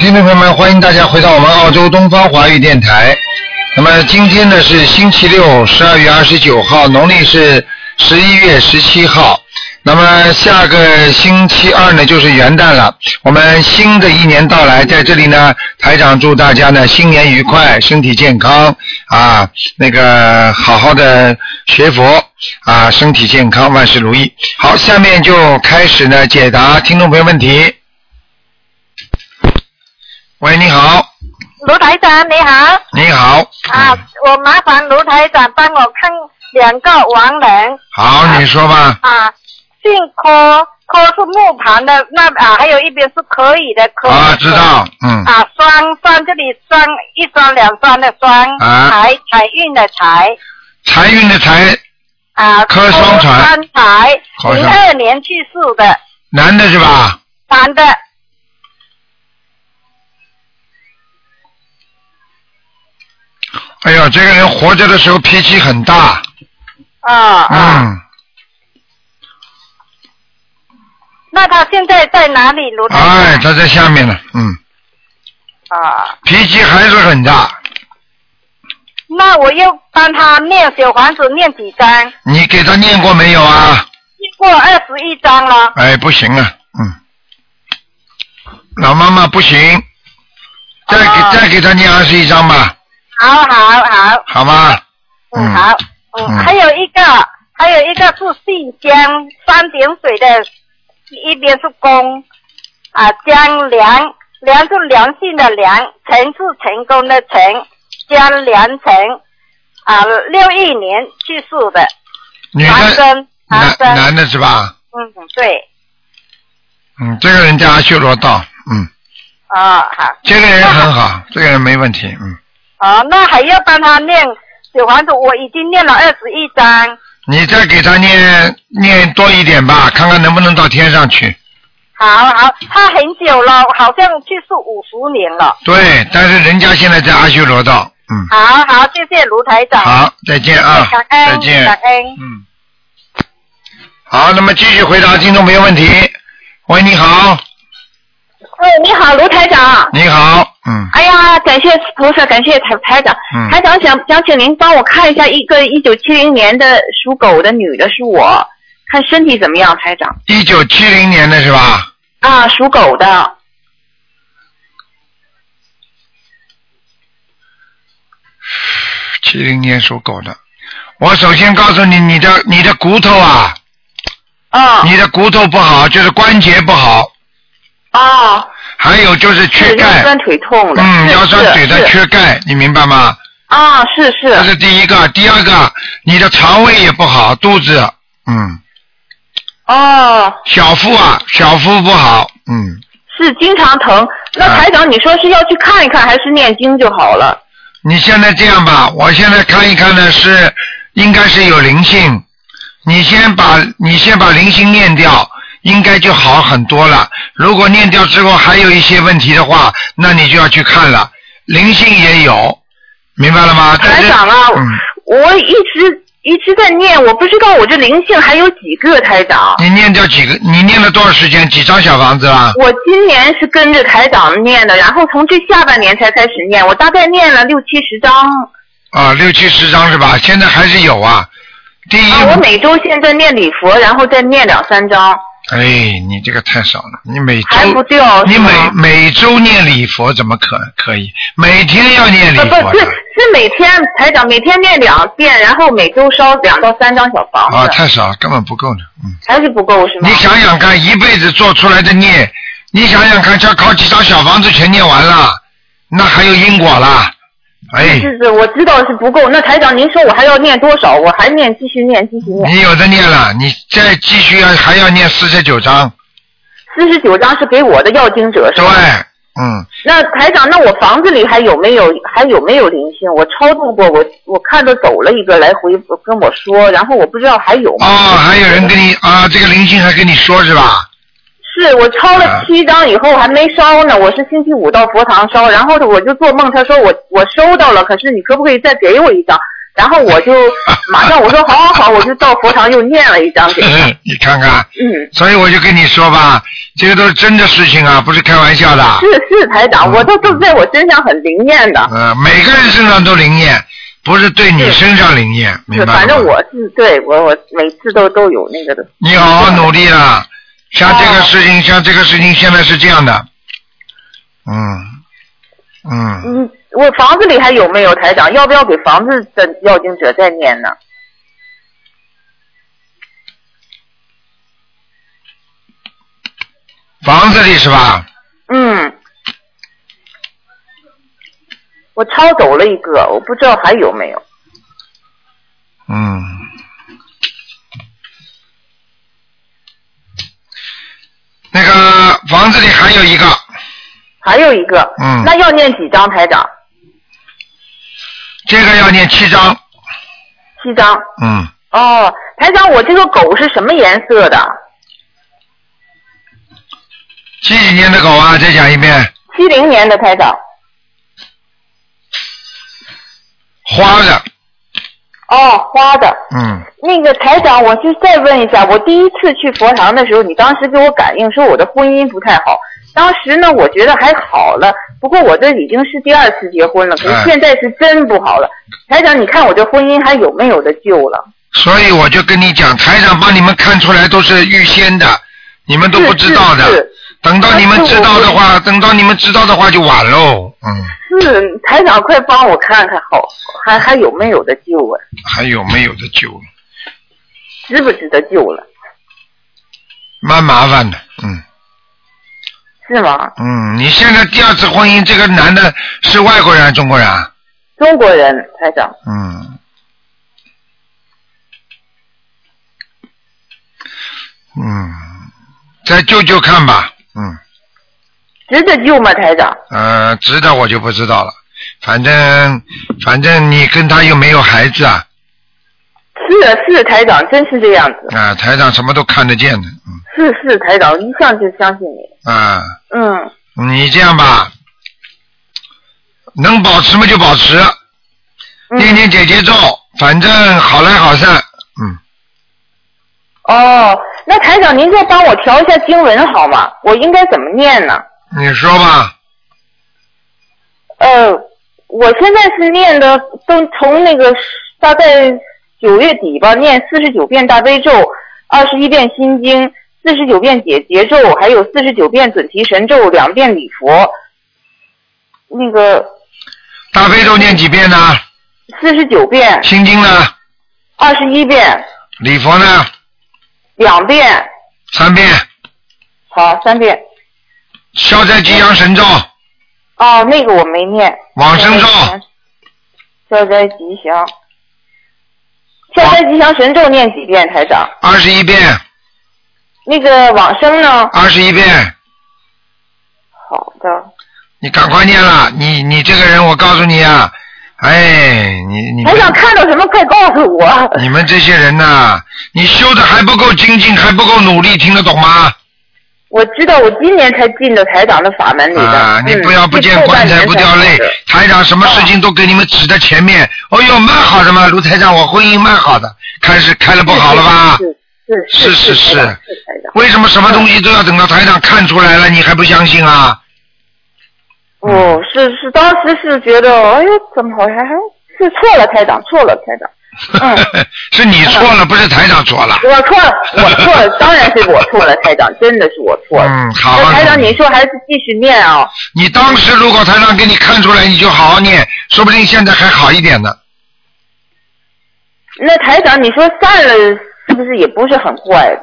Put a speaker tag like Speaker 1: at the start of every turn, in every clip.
Speaker 1: 听众朋友们，欢迎大家回到我们澳洲东方华语电台。那么今天呢是星期六，十二月二十九号，农历是十一月十七号。那么下个星期二呢就是元旦了，我们新的一年到来，在这里呢，台长祝大家呢新年愉快，身体健康啊，那个好好的学佛啊，身体健康，万事如意。好，下面就开始呢解答听众朋友问题。喂，你好，
Speaker 2: 卢台长你好
Speaker 1: 你好，
Speaker 2: 啊，我麻烦卢台长帮我看两个亡人
Speaker 1: 好，你说吧。
Speaker 2: 啊，姓柯，柯是木旁的那啊，还有一边是可以的可
Speaker 1: 啊，知道，嗯，
Speaker 2: 啊，双双这里双一双两双的双，
Speaker 1: 啊
Speaker 2: 财财运的财
Speaker 1: 财运的财，
Speaker 2: 啊，
Speaker 1: 柯双财
Speaker 2: 双财，
Speaker 1: 柯
Speaker 2: 零
Speaker 1: 双
Speaker 2: 二年去世的
Speaker 1: 男的是
Speaker 2: 嗯
Speaker 1: 吧？
Speaker 2: 男的
Speaker 1: 哎呦，这个人活着的时候脾气很大，
Speaker 2: 啊啊，
Speaker 1: 嗯，
Speaker 2: 那他现在在哪里？卢台
Speaker 1: 哎，
Speaker 2: 长
Speaker 1: 他在下面呢，嗯，
Speaker 2: 啊，
Speaker 1: 脾气还是很大。
Speaker 2: 那我又帮他念小房子念几张？
Speaker 1: 你给他念过没有啊？
Speaker 2: 经过二十一章了，
Speaker 1: 哎，不行啊，嗯，老妈妈不行，再给、
Speaker 2: 哦
Speaker 1: 再给他念二十一章吧，
Speaker 2: 好好好，
Speaker 1: 好吗？
Speaker 2: 嗯
Speaker 1: 嗯
Speaker 2: 好，嗯
Speaker 1: 嗯
Speaker 2: 还有一个还有一个是姓江，三点水的，一边是公，啊江良良是良性的良，成是成功的成，江良成，啊六一年去世的
Speaker 1: 女
Speaker 2: 男
Speaker 1: 的，
Speaker 2: 生男
Speaker 1: 男
Speaker 2: 生，
Speaker 1: 男的是吧？
Speaker 2: 嗯对，
Speaker 1: 嗯，这个人叫阿修罗道，嗯，
Speaker 2: 哦好。
Speaker 1: 这个人 很好，这个人没问题，嗯，
Speaker 2: 哦，那还要帮他念小房子，我已经念了二十一章。
Speaker 1: 你再给他念念多一点吧，看看能不能到天上去。
Speaker 2: 好好，他很久了，好像去世五十年了。
Speaker 1: 对，但是人家现在在阿修罗道，嗯，
Speaker 2: 好好，谢谢卢台长。
Speaker 1: 好，再见啊，
Speaker 2: 感
Speaker 1: 再
Speaker 2: 恩，
Speaker 1: 见
Speaker 2: 感。恩。
Speaker 1: 嗯，好，那么继续回答听众朋友问题。喂，你好，
Speaker 2: 哎，你好，卢台长。
Speaker 1: 你好，嗯，
Speaker 2: 哎呀，感谢菩萨，感谢台台长。
Speaker 1: 嗯
Speaker 2: 台长想想请您帮我看一下一个一九七零年的属狗的女的，是我，看身体怎么样，台长。
Speaker 1: 一九七零年的是吧？
Speaker 2: 啊，属狗的。
Speaker 1: 七零年属狗的。我首先告诉你，你的你的骨头啊，
Speaker 2: 啊
Speaker 1: 你的骨头不好，就是关节不好，
Speaker 2: 啊，
Speaker 1: 还有就是缺
Speaker 2: 是腰
Speaker 1: 钙
Speaker 2: 酸，腿痛的。
Speaker 1: 嗯，
Speaker 2: 是
Speaker 1: 腰酸腿的
Speaker 2: 是
Speaker 1: 缺钙，你明白吗？
Speaker 2: 啊，是是
Speaker 1: 这是第一个，第二个，你的肠胃也不好，肚子，嗯，
Speaker 2: 哦，
Speaker 1: 小腹啊，小腹不好，嗯，
Speaker 2: 是经常疼。那
Speaker 1: 啊
Speaker 2: 台长，你说是要去看一看，还是念经就好了？
Speaker 1: 你现在这样吧，我现在看一看呢是应该是有灵性，你先把你先把灵性念掉，应该就好很多了。如果念掉之后还有一些问题的话，那你就要去看了，灵性也有，明白了吗？但
Speaker 2: 台
Speaker 1: 是
Speaker 2: 长啊，
Speaker 1: 嗯，
Speaker 2: 我一直一直在念，我不知道我这灵性还有几个台长。
Speaker 1: 你念掉几个？你念了多少时间？几张小房子啊啦？
Speaker 2: 我今年是跟着台长念的，然后从这下半年才开始念，我大概念了六七十章。
Speaker 1: 啊，六七十张是吧？现在还是有啊。第一，
Speaker 2: 啊，我每周现在念礼佛，然后再念两三章，
Speaker 1: 哎，你这个太少了，你每周
Speaker 2: 还不掉。
Speaker 1: 你
Speaker 2: 是吗
Speaker 1: 每每周念礼佛怎么可可以？每天要念礼
Speaker 2: 不不
Speaker 1: 佛
Speaker 2: 是
Speaker 1: 的
Speaker 2: 是每天台长每天念两遍，然后每周烧两到三张小房
Speaker 1: 啊，
Speaker 2: 子，
Speaker 1: 太少了，根本不够的。嗯，
Speaker 2: 还是不够是吗
Speaker 1: 你？想想看，一辈子做出来的孽，你想想看，这搞几张小房子全念完了，那还有因果啦。哎，
Speaker 2: 是是，我知道是不够。那台长，您说我还要念多少？我还念，继续念，继续念。
Speaker 1: 你有的念了，你再继续要还要念四十九章。
Speaker 2: 四十九章是给我的要经者是
Speaker 1: 对
Speaker 2: 吧？，
Speaker 1: 嗯，
Speaker 2: 那台长，那我房子里还有没有还有没有灵性？我超度过，我我看着走了一个来回跟我说，然后我不知道还有吗？
Speaker 1: 哦，还有人跟你啊，这个灵性还跟你说是吧？
Speaker 2: 是我抄
Speaker 1: 啊
Speaker 2: 了七张以后还没烧呢，我是星期五到佛堂烧，然后我就做梦，他说我我收到了，可是你可不可以再给我一张？然后我就马上我说好好好，我就到佛堂又念了一张给他。
Speaker 1: 你看看，
Speaker 2: 嗯，
Speaker 1: 所以我就跟你说吧，这个都是真的事情啊，不是开玩笑的。嗯
Speaker 2: 是是台长，我都都在我身上很灵验的。
Speaker 1: 呃，每个人身上都灵验，不是对你
Speaker 2: 对
Speaker 1: 身上灵验，明白吗？
Speaker 2: 反正我是对我我每次都都有那个的。
Speaker 1: 你好好努力啦。像这个事
Speaker 2: 哦
Speaker 1: 情，像这个事情，现在是这样的，嗯，嗯，
Speaker 2: 嗯，我房子里还有没有台长？要不要给房子的要经者再念呢？
Speaker 1: 房子里是吧？
Speaker 2: 嗯，我抄走了一个，我不知道还有没有。
Speaker 1: 嗯，那个呃房子里还有一个，
Speaker 2: 还有一个，
Speaker 1: 嗯
Speaker 2: 那要念几张台长？
Speaker 1: 这个要念七章，
Speaker 2: 七张。
Speaker 1: 嗯，
Speaker 2: 哦，台长，我这个狗是什么颜色的？
Speaker 1: 几几年的狗啊？再讲一遍，
Speaker 2: 七零年的台长。
Speaker 1: 花的，
Speaker 2: 哦，花的。
Speaker 1: 嗯，
Speaker 2: 那个台长，我就再问一下，我第一次去佛堂的时候，你当时给我感应说我的婚姻不太好。当时呢，我觉得还好了，不过我这已经是第二次结婚了，可
Speaker 1: 哎
Speaker 2: 是现在是真不好了。台长，你看我这婚姻还有没有的救了？
Speaker 1: 所以我就跟你讲，台长帮你们看出来都是预先的，你们都不知道的。
Speaker 2: 是是
Speaker 1: 等到你们知道的话，等到你们知道的话就晚喽。嗯，
Speaker 2: 是台长，快帮我看看好，还还有没有的救啊？
Speaker 1: 还有没有的救了？
Speaker 2: 值不值得救了？
Speaker 1: 蛮麻烦的。嗯
Speaker 2: 是吗？
Speaker 1: 嗯，你现在第二次婚姻，这个男的是外国人还是中国人啊？
Speaker 2: 中国人，台长，
Speaker 1: 嗯，嗯，再救救看吧。嗯，
Speaker 2: 值得救吗？台长，
Speaker 1: 呃，知道我就不知道了。反正反正你跟他又没有孩子啊，
Speaker 2: 是是台长，真是这样子，
Speaker 1: 啊、台长什么都看得见的，嗯
Speaker 2: 是是台长，一向就相信你，
Speaker 1: 啊、
Speaker 2: 嗯。
Speaker 1: 你这样吧，能保持嘛就保持，
Speaker 2: 嗯
Speaker 1: 念念姐姐咒，反正好来好散，嗯，
Speaker 2: 哦，那台长，您再帮我调一下经文好吗？我应该怎么念呢？
Speaker 1: 你说吧，
Speaker 2: 呃，我现在是念的，都从那个大概九月底吧，念四十九遍大悲咒，二十一遍心经，四十九遍解结咒，还有四十九遍准提神咒，两遍礼佛。那个
Speaker 1: 大悲咒念几遍呢？
Speaker 2: 四十九遍，
Speaker 1: 心经呢？
Speaker 2: 二十一遍，
Speaker 1: 礼佛呢？
Speaker 2: 两遍，
Speaker 1: 三遍，
Speaker 2: 好，三遍。
Speaker 1: 消灾吉祥神咒，
Speaker 2: 哦，那个我没念。
Speaker 1: 往生咒，
Speaker 2: 嗯消灾吉祥。消灾吉祥神咒念几遍，台长？
Speaker 1: 二十一遍，
Speaker 2: 那个往生呢？
Speaker 1: 二十一遍，
Speaker 2: 好的。
Speaker 1: 你赶快念了，你你这个人，我告诉你啊，哎，你你们
Speaker 2: 台长看到什么快告诉我。
Speaker 1: 你们这些人呐、你修的还不够精进，还不够努力，听得懂吗？
Speaker 2: 我知道，我今年才进的台长的法门里的。
Speaker 1: 啊，你不要
Speaker 2: 嗯
Speaker 1: 不见
Speaker 2: 这后半
Speaker 1: 棺
Speaker 2: 年才
Speaker 1: 材
Speaker 2: 哦
Speaker 1: 不掉泪
Speaker 2: 开始，
Speaker 1: 台长什么事情都给你们指在前面。哦呦，蛮好的嘛，卢台长，我婚姻蛮好的，开始开了不好了吧？
Speaker 2: 是是
Speaker 1: 是是
Speaker 2: 是
Speaker 1: 是
Speaker 2: 台长是台长。
Speaker 1: 为什么什么东西都要等到台长看出来了，你还不相信啊？嗯
Speaker 2: 哦，是是，当时是觉得，哎呦，怎么好像还是错了，台长错了，台长。嗯
Speaker 1: 是你错了，不是台长错了。
Speaker 2: 我错了，我错了，当然是我错了，台长，真的是我错了。
Speaker 1: 嗯好
Speaker 2: 那台长，你说还是继续念啊、
Speaker 1: 你当时如果台长给你看出来，你就好好念，说不定现在还好一点呢。
Speaker 2: 那台长，你说散了是不是也不是很坏的？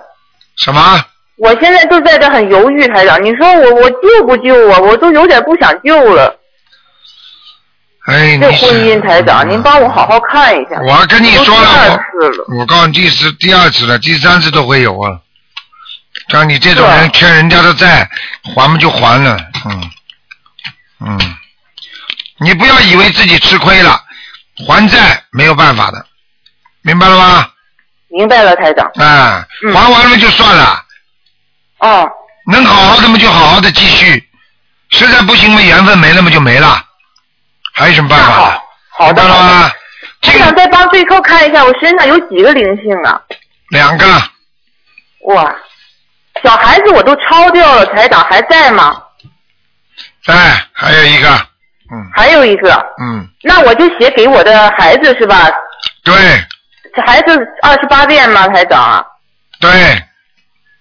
Speaker 1: 什么？
Speaker 2: 我现在就在这很犹豫，台长，你说我我救不救啊？我都有点不想救了。这
Speaker 1: 哎，你嗯
Speaker 2: 婚姻，台长，您帮我好好看一下。
Speaker 1: 我跟你
Speaker 2: 都
Speaker 1: 说
Speaker 2: 第二
Speaker 1: 了，
Speaker 2: 次了，
Speaker 1: 我我告诉你，第十、第二次了，第三次都会有啊。像你这种
Speaker 2: 是啊
Speaker 1: 人欠人家的债，还不就还了，嗯，嗯，你不要以为自己吃亏了，还债没有办法的，明白了吗？
Speaker 2: 明白了，台长。
Speaker 1: 啊，
Speaker 2: 嗯
Speaker 1: 还完了就算了，
Speaker 2: 哦，
Speaker 1: 能好好的嘛就好好的继续，实在不行嘛缘分没了嘛就没了，还有什么办
Speaker 2: 那
Speaker 1: 法
Speaker 2: 好
Speaker 1: 了？，
Speaker 2: 好的，
Speaker 1: 明白了
Speaker 2: 好的
Speaker 1: 吗？这
Speaker 2: 想再帮最后看一下，我身上有几个灵性啊？
Speaker 1: 两个
Speaker 2: 哇，小孩子我都抄掉了，台长还在吗？
Speaker 1: 在，哎还有一个，嗯
Speaker 2: 还有一个，
Speaker 1: 嗯，
Speaker 2: 那我就写给我的孩子是吧？
Speaker 1: 对
Speaker 2: 这孩子二十八遍吗，台长啊？
Speaker 1: 对，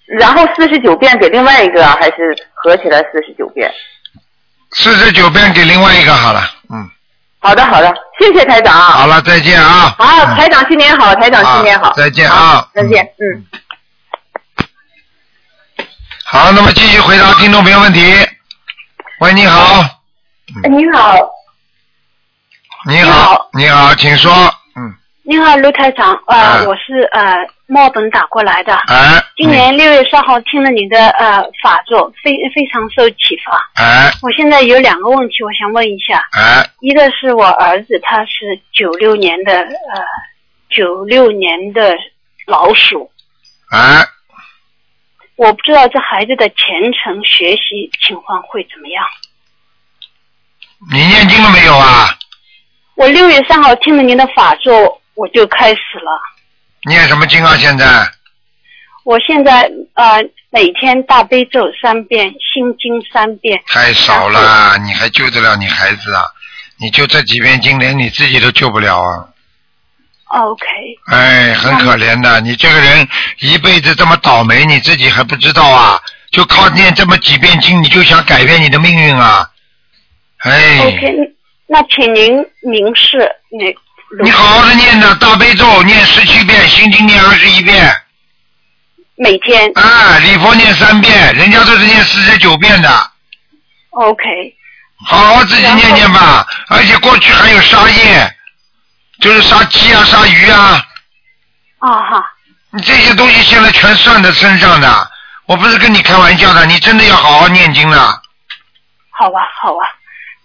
Speaker 2: 然后四十九遍给另外一个啊，还是合起来四十九遍？
Speaker 1: 四十九遍给另外一个好了，嗯，
Speaker 2: 好的，好的，谢谢台长啊。
Speaker 1: 好了，再见啊。
Speaker 2: 好，
Speaker 1: 嗯
Speaker 2: 台长新年好，台长新年好，
Speaker 1: 再见啊，
Speaker 2: 再见，嗯。
Speaker 1: 好，那么继续回答听众朋友问题。喂，你好，
Speaker 2: 哎
Speaker 3: 你好，
Speaker 1: 你
Speaker 3: 你
Speaker 1: 好
Speaker 3: 好，
Speaker 1: 你好，请说。嗯，
Speaker 3: 你好，卢台长，呃，
Speaker 1: 嗯
Speaker 3: 我是呃墨尔本打过来的，
Speaker 1: 哎，
Speaker 3: 今年六月三号听了你的呃法座，非非常受启发。
Speaker 1: 哎
Speaker 3: 我现在有两个问题，我想问一下，
Speaker 1: 哎，
Speaker 3: 一个是我儿子，他是九六年的呃九六年的老鼠，
Speaker 1: 哎，
Speaker 3: 我不知道这孩子的前程学习情况会怎么样。
Speaker 1: 你念经了没有啊？
Speaker 3: 我六月三号听了您的法座，我就开始了。
Speaker 1: 念什么经啊？现在
Speaker 3: 我现在呃每天大悲咒三遍，心经三遍，
Speaker 1: 太少了，
Speaker 2: 嗯
Speaker 1: 你还救得了你孩子啊？你就这几遍经，连你自己都救不了啊！
Speaker 3: 哦 OK，
Speaker 1: 哎，很可怜的，你这个人一辈子这么倒霉，你自己还不知道啊？就靠念这么几遍经，你就想改变你的命运啊？哎
Speaker 3: OK，那请您明示那
Speaker 1: 你好好的念的大悲咒念十七遍，心经念二十一遍，
Speaker 3: 每天
Speaker 1: 啊，礼佛念三遍，人家都是念四十九遍的，
Speaker 3: OK
Speaker 1: 好好自己念念吧。而且过去还有杀业，就是杀鸡啊、杀鱼啊，
Speaker 3: 啊哈，
Speaker 1: 你这些东西现在全算在身上的。我不是跟你开玩笑的，你真的要好好念经了。
Speaker 3: 好啊好啊。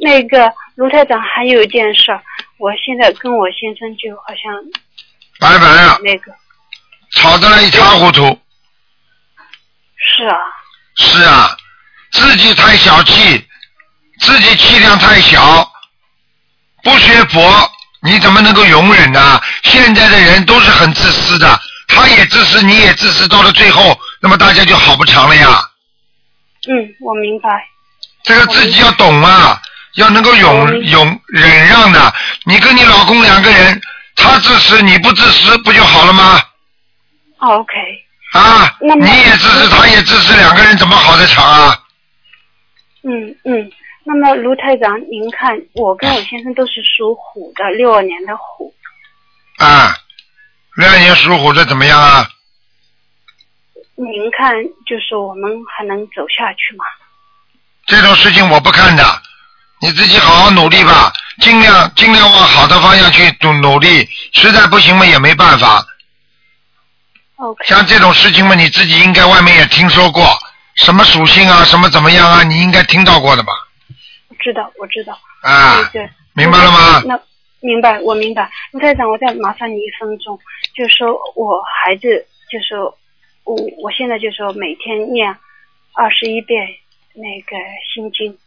Speaker 3: 那个卢台长还有一件事儿，我现在跟我先生就好像
Speaker 1: 拜拜了，
Speaker 3: 那个
Speaker 1: 吵得来一塌糊涂。
Speaker 3: 是啊，
Speaker 1: 是啊，自己太小气，自己气量太小，不学佛，你怎么能够容忍呢、现在的人都是很自私的，他也自私，你也自私，到了最后，那么大家就好不长了呀。
Speaker 3: 嗯，我明白，
Speaker 1: 这个自己要懂啊，要能够
Speaker 3: 我
Speaker 1: 勇
Speaker 3: 明
Speaker 1: 勇忍让的。你跟你老公两个人，他自私，你不自私，不就好了吗？
Speaker 3: 哦 OK，
Speaker 1: 啊，
Speaker 3: 那么
Speaker 1: 你也自私，他也自私，两个人怎么好得长啊？
Speaker 3: 嗯嗯。那么卢台长，您看我跟我先生都是属虎的，六二年的虎，
Speaker 1: 啊，六二年属虎的怎么样啊？
Speaker 3: 您看就是我们还能走下去吗？
Speaker 1: 这种事情我不看的，你自己好好努力吧，尽量尽量往好的方向去努努力，实在不行嘛也没办法。
Speaker 3: OK，
Speaker 1: 像这种事情嘛，你自己应该外面也听说过，什么属性啊，什么怎么样啊，你应该听到过的吧？
Speaker 3: 我知道，我知道。
Speaker 1: 啊，
Speaker 3: 对对，
Speaker 1: 明白了吗？
Speaker 3: 那明白，我明白。卢台长，我再麻烦你一分钟，就是说我孩子，就是说我我现在就说每天念二十一遍那个心经，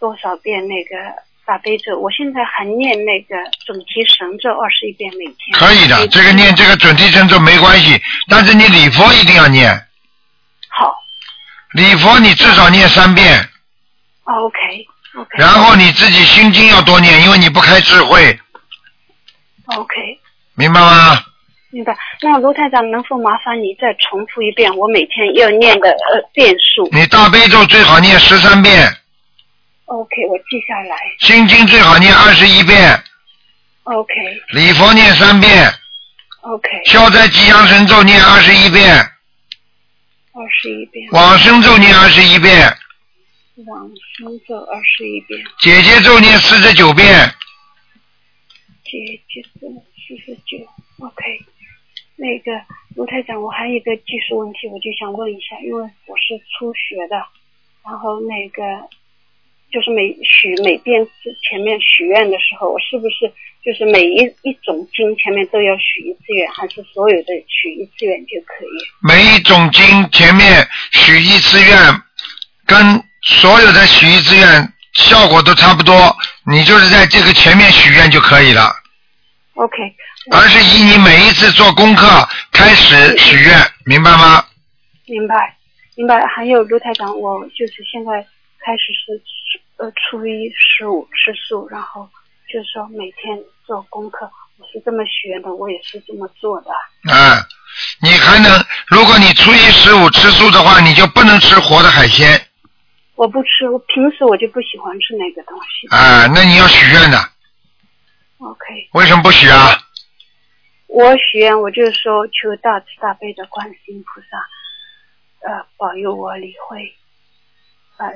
Speaker 3: 多少遍那个大悲咒，我现在还念那个准提神咒二十一遍每天。
Speaker 1: 可以
Speaker 3: 嗯
Speaker 1: 的，这个念这个准提神咒没关系，但是你礼佛一定要念，
Speaker 3: 好
Speaker 1: 礼佛你至少念三遍，
Speaker 3: ，OK OK
Speaker 1: 然后你自己心经要多念，因为你不开智慧，
Speaker 3: OK，
Speaker 1: 明白吗？
Speaker 3: 明白。那卢台长，能否麻烦你再重复一遍我每天要念的呃遍数
Speaker 1: 你大悲咒最好念十三遍，
Speaker 3: ？OK，我记下来。
Speaker 1: 心经最好念二十一遍，
Speaker 3: OK
Speaker 1: 礼佛念三遍，
Speaker 3: OK，
Speaker 1: 消灾吉祥神咒念二十一遍，
Speaker 3: 二十一遍，
Speaker 1: 往生咒念二十一遍，
Speaker 3: 往生咒二十一遍，
Speaker 1: 姐姐咒念四十九遍，
Speaker 3: 结结咒四十九。OK，那个卢台长，我还有一个技术问题，我就想问一下，因为我是初学的，然后那个就是每许每遍之前面许愿的时候，我是不是就是每一一种经前面都要许一次愿，还是所有的许一次愿就可以？
Speaker 1: 每一种经前面许一次愿，跟所有的许一次愿效果都差不多，你就是在这个前面许愿就可以了。
Speaker 3: OK，
Speaker 1: 而是以你每一次做功课开始许愿，明白吗？
Speaker 3: 明白，明白。还有卢台长，我就是现在开始是呃初一十五吃素，然后就是说每天做功课，我是这么学的，我也是这么做的。
Speaker 1: 啊，你还能，如果你初一十五吃素的话，你就不能吃活的海鲜
Speaker 3: 我不吃，我平时我就不喜欢吃那个东西。
Speaker 1: 啊，那你要许愿的，
Speaker 3: OK，
Speaker 1: 为什么不许啊？
Speaker 3: 我许愿，我就是说求大慈大悲的观世音菩萨，呃，保佑我理会，呃，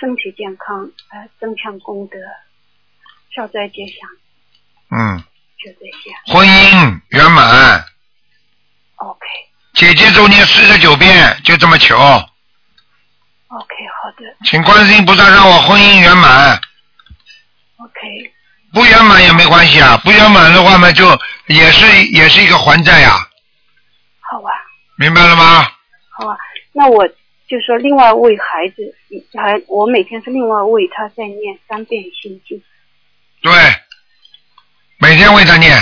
Speaker 3: 身体健康，呃，增强功德，消灾吉祥，
Speaker 1: 嗯，
Speaker 3: 就这些。
Speaker 1: 婚姻圆满，
Speaker 3: OK，
Speaker 1: 姐姐咒念四十九遍，就这么求，
Speaker 3: OK，好的
Speaker 1: 请观世音菩萨让我婚姻圆满，
Speaker 3: ，OK，
Speaker 1: 不圆满也没关系啊，不圆满的话嘛，就也是也是一个还债呀、
Speaker 3: 好啊，
Speaker 1: 明白了吗？
Speaker 3: 好啊。那我就说另外为孩子，还我每天是另外为他在念三遍心经。
Speaker 1: 对，每天为他念，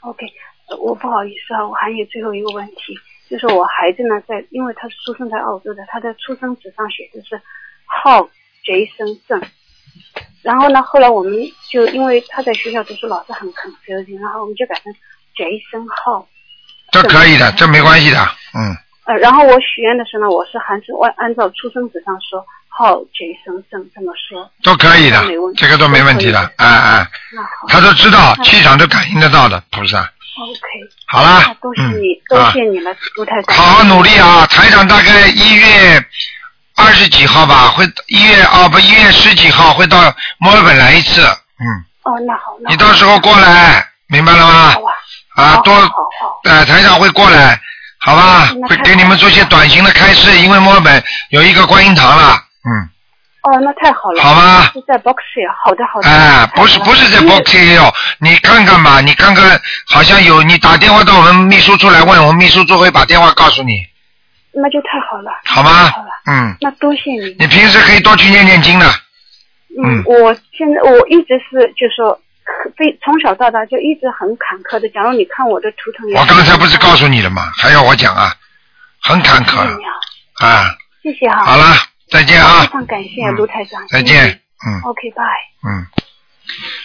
Speaker 3: OK，呃我不好意思啊，我还有最后一个问题，就是我孩子呢，在因为他是出生在澳洲的，他在出生纸上写的是浩杰森症，然后呢，后来我们就因为他在学校读书，老师很很折腾，然后我们就改成杰森浩。
Speaker 1: 这可以的，这没关系的，嗯，
Speaker 3: 呃，然后我许愿的时候呢，我是还是按按照出生纸上说浩杰森症这么说。
Speaker 1: 都可以的
Speaker 3: 都没问，题
Speaker 1: 这个都没问题的，哎哎，
Speaker 3: 那好
Speaker 1: 他都知道，气场都感应得到的，菩萨。
Speaker 3: ，OK，
Speaker 1: 好
Speaker 3: 那
Speaker 1: 啦，
Speaker 3: 多谢
Speaker 1: 嗯
Speaker 3: 你，，多
Speaker 1: 啊，
Speaker 3: 谢你了，卢太太。
Speaker 1: 好好努力啊！台长大概一月二十几号吧，会一月啊不一月十几号会到墨尔本来一次，嗯，
Speaker 3: 哦，那好，那好
Speaker 1: 你到时候过来，明白了吗
Speaker 3: 好？啊，
Speaker 1: 啊，
Speaker 3: 好
Speaker 1: 多
Speaker 3: 好好好。
Speaker 1: 呃，台长会过来，好吧？
Speaker 3: 嗯那
Speaker 1: 会
Speaker 3: 太
Speaker 1: 给你们做些短型的开示，因为墨尔本有一个观音堂了，嗯，
Speaker 3: 哦，那太好了。
Speaker 1: 好吧
Speaker 3: 是在 box 呀，好的好的。
Speaker 1: 哎，不是
Speaker 3: 太好
Speaker 1: 不
Speaker 3: 了嗯
Speaker 1: 是在 Box Hill，你看看吧，你看看，好像有你打电话到我们秘书处来问，我们秘书处会把电话告诉你，
Speaker 3: 那就太好了。
Speaker 1: 好吗
Speaker 3: 太好了，？
Speaker 1: 嗯，
Speaker 3: 那多谢你。
Speaker 1: 你平时可以多去念念经的，嗯
Speaker 3: 我现在我一直是就说，非从小到大就一直很坎坷的。假如你看我的图腾也，
Speaker 1: 我刚才不是告诉你了吗？还要我讲啊？很坎坷
Speaker 3: 谢谢你啊，
Speaker 1: 啊！
Speaker 3: 谢谢哈。
Speaker 1: 好了，再见
Speaker 3: 非
Speaker 1: 啊，
Speaker 3: 常感谢
Speaker 1: 嗯
Speaker 3: 卢台长。
Speaker 1: 再
Speaker 3: 谢谢
Speaker 1: 见
Speaker 3: 你。，
Speaker 1: 嗯
Speaker 3: OK，拜。
Speaker 1: 嗯。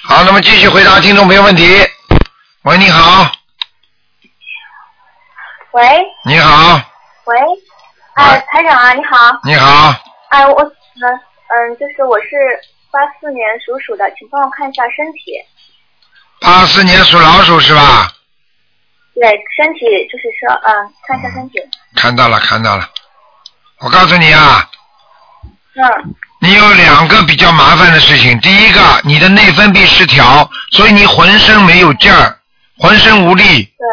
Speaker 1: 好，那么继续回答听众朋友问题。喂，你好，
Speaker 4: 喂
Speaker 1: 你好，
Speaker 4: 喂，哎，台长啊，你好，
Speaker 1: 你好，
Speaker 4: 哎，我嗯嗯，就是我是八四年属鼠的，请帮我看一下身体，
Speaker 1: 八四年属老鼠是吧？
Speaker 4: 对，身体就是说嗯，看一下身体，
Speaker 1: 看到了，看到了。我告诉你啊，
Speaker 4: 嗯
Speaker 1: 你有两个比较麻烦的事情。第一个，你的内分泌失调，所以你浑身没有劲儿，浑身无力，
Speaker 4: 对，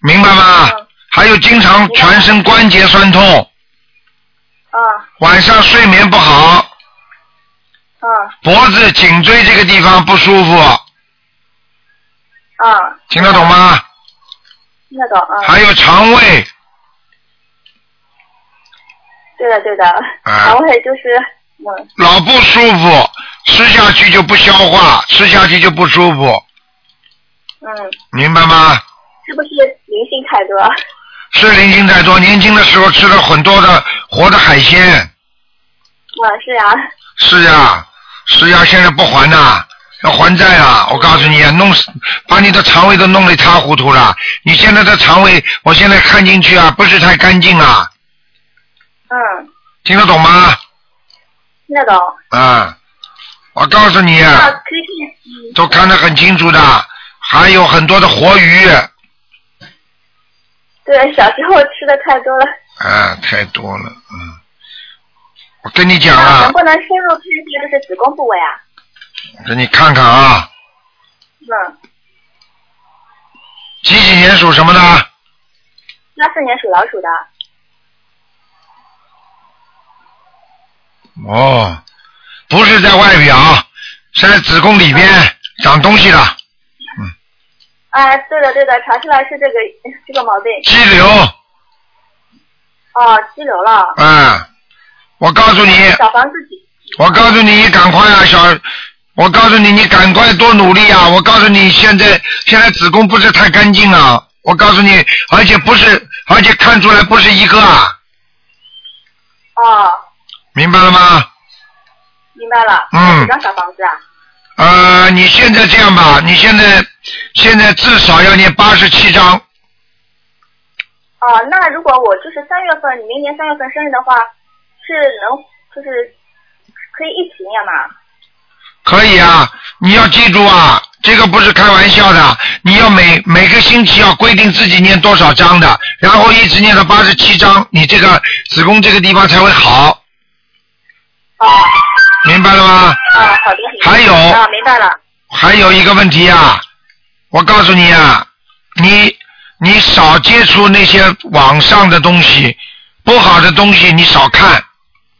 Speaker 1: 明白吗？还有经常全身关节酸痛，
Speaker 4: 嗯
Speaker 1: 晚上睡眠不好，
Speaker 4: 嗯
Speaker 1: 脖子、颈椎这个地方不舒服，
Speaker 4: 嗯，
Speaker 1: 听得懂吗？
Speaker 4: 那个嗯，
Speaker 1: 还有肠胃，
Speaker 4: 对的对的，
Speaker 1: 啊
Speaker 4: 肠胃就是嗯
Speaker 1: 老不舒服，吃下去就不消化，吃下去就不舒服，
Speaker 4: 嗯，
Speaker 1: 明白吗？
Speaker 4: 是不是灵性太多？
Speaker 1: 是灵性太多，年轻的时候吃了很多的活的海鲜，
Speaker 4: 嗯，是啊，
Speaker 1: 是呀，是呀，现在不还呐、要还债啊！我告诉你啊，弄死把你的肠胃都弄得一塌糊涂了。你现在的肠胃，我现在看进去啊，不是太干净啊，
Speaker 4: 嗯，
Speaker 1: 听得懂吗？
Speaker 4: 听得懂。
Speaker 1: 啊，我告诉你啊，
Speaker 4: 那可以看一下，嗯
Speaker 1: 都看得很清楚的，还有很多的活鱼，
Speaker 4: 对，小时候吃的太多了。
Speaker 1: 啊，太多了，嗯，我跟你讲
Speaker 4: 那
Speaker 1: 啊
Speaker 4: 能，不能深入看一下就是子宫部位啊？
Speaker 1: 我给你看看啊，
Speaker 4: 嗯，
Speaker 1: 几几年属什么的？
Speaker 4: 八四年属老鼠的。
Speaker 1: 哦，不是在外表，是在子宫里边长东西了，
Speaker 4: 哎，对的对的，查出来是这个这个毛病
Speaker 1: 肌瘤，
Speaker 4: 哦，肌瘤了。
Speaker 1: 啊，我告诉你，
Speaker 4: 小房子几
Speaker 1: 我告诉你，赶快啊，小我告诉你，你赶快多努力啊！我告诉你，现在现在子宫不是太干净啊！我告诉你，而且不是，而且看出来不是一个啊，
Speaker 5: 哦，
Speaker 1: 明白了吗？
Speaker 5: 明白了。
Speaker 1: 嗯
Speaker 5: 几张小房子啊？
Speaker 1: 呃，你现在这样吧，你现在现在至少要念八十七章，
Speaker 5: 哦，那如果我就是三月份，明年三月份生日的话，是能就是可以一起念吗？
Speaker 1: 可以啊！你要记住啊，这个不是开玩笑的，你要每每个星期要规定自己念多少章的，然后一直念到八十七章，你这个子宫这个地方才会好，
Speaker 5: 哦，
Speaker 1: 明白了吗？
Speaker 5: 哦，好的。
Speaker 1: 还有
Speaker 5: 啊，明白了。
Speaker 1: 还有一个问题啊，我告诉你啊，你你少接触那些网上的东西，不好的东西你少看，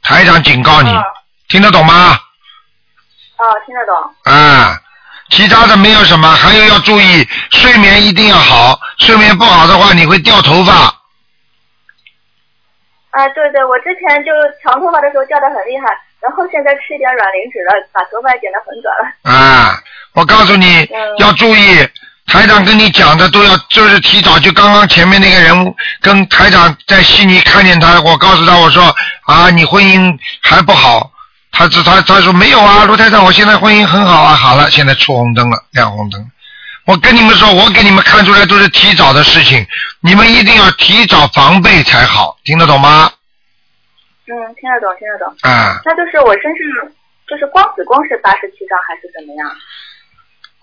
Speaker 1: 台长警告你，
Speaker 5: 嗯
Speaker 1: 听得懂吗？
Speaker 5: 哦，听得懂。
Speaker 1: 啊，其他的没有什么，还有要注意睡眠一定要好，睡眠不好的话你会掉头发，
Speaker 5: 啊，对对，我之前就长头发的时候掉的很厉害，然后现在吃一点软磷脂了，把头发剪得很短了。
Speaker 1: 啊，我告诉你
Speaker 5: 嗯
Speaker 1: 要注意，台长跟你讲的都要，就是提早就刚刚前面那个人物跟台长在悉尼看见他，我告诉他我说啊，你婚姻还不好，他只他他说没有啊，卢台长，我现在婚姻很好啊，好了，现在出红灯了，亮红灯。我跟你们说，我给你们看出来都是提早的事情，你们一定要提早防备才好，听得懂吗？
Speaker 5: 嗯，听得懂，听得懂。
Speaker 1: 啊、
Speaker 5: 那就是我身上就是光子宫是八十七张还是怎么样？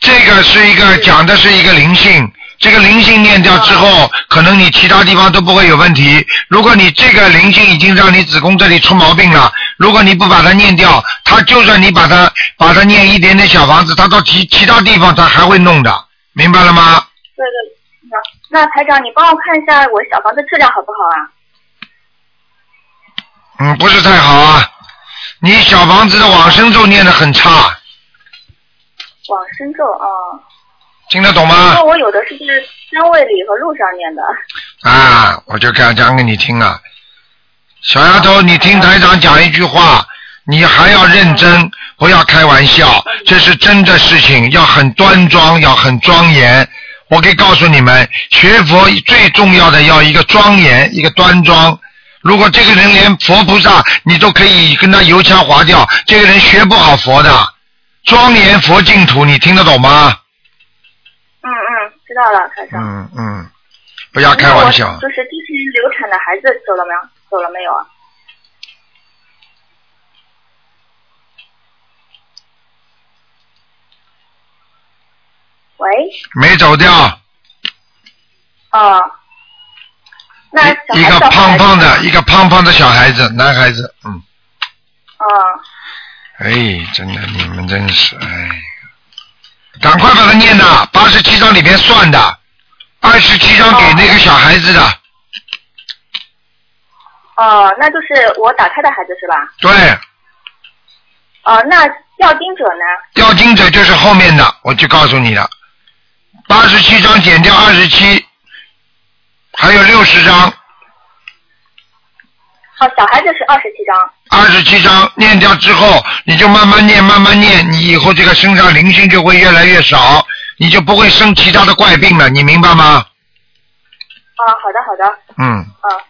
Speaker 1: 这个是一个讲的是一个灵性，这个灵性念掉之后，可能你其他地方都不会有问题。如果你这个灵性已经让你子宫这里出毛病了，如果你不把它念掉，它就算你把它把它念一点点小房子，它到其其他地方它还会弄的，明白了吗？
Speaker 5: 对对。那那台长，你帮我看一下我小房子质量好不好啊？
Speaker 1: 嗯，不是太好啊。你小房子的往生咒念得很差，
Speaker 5: 往生咒啊，
Speaker 1: 听得懂
Speaker 5: 因、
Speaker 1: 吗？
Speaker 5: 为我有的是在单位里和路上念的。
Speaker 1: 啊，我就刚讲给你听了。小丫头，你听台长讲一句话，你还要认真，不要开玩笑，这是真的事情，要很端庄，要很庄严。我可以告诉你们，学佛最重要的要一个庄严，一个端庄。如果这个人连佛菩萨你都可以跟他油腔滑调，这个人学不好佛的。庄严佛净土，你听得懂吗？
Speaker 5: 嗯嗯，知道了，台长。
Speaker 1: 嗯嗯，不要开玩笑
Speaker 5: 那我。就是之前流产的孩子走了没有？走了没有啊？喂，
Speaker 1: 没走掉。
Speaker 5: 哦，那小
Speaker 1: 一
Speaker 5: 孩
Speaker 1: 个
Speaker 5: 小孩
Speaker 1: 胖胖的，一个胖胖的小孩子，男孩子，嗯，
Speaker 5: 哦，
Speaker 1: 哎，真的，你们真是，哎，赶快把它念呐，八十七章里面算的，二十七章给那个小孩子的，
Speaker 5: 哦，那就是我打胎的孩子是吧？
Speaker 1: 对，
Speaker 5: 哦，那要经者呢？
Speaker 1: 要经者就是后面的，我就告诉你了，八十七章减掉二十七，还有六十章，
Speaker 5: 哦，小孩子是二十七张。
Speaker 1: 二十七章念掉之后，你就慢慢念，慢慢念，你以后这个身上灵性就会越来越少，你就不会生其他的怪病了，你明白吗？
Speaker 5: 哦，好的好的，
Speaker 1: 嗯。
Speaker 5: 嗯、哦，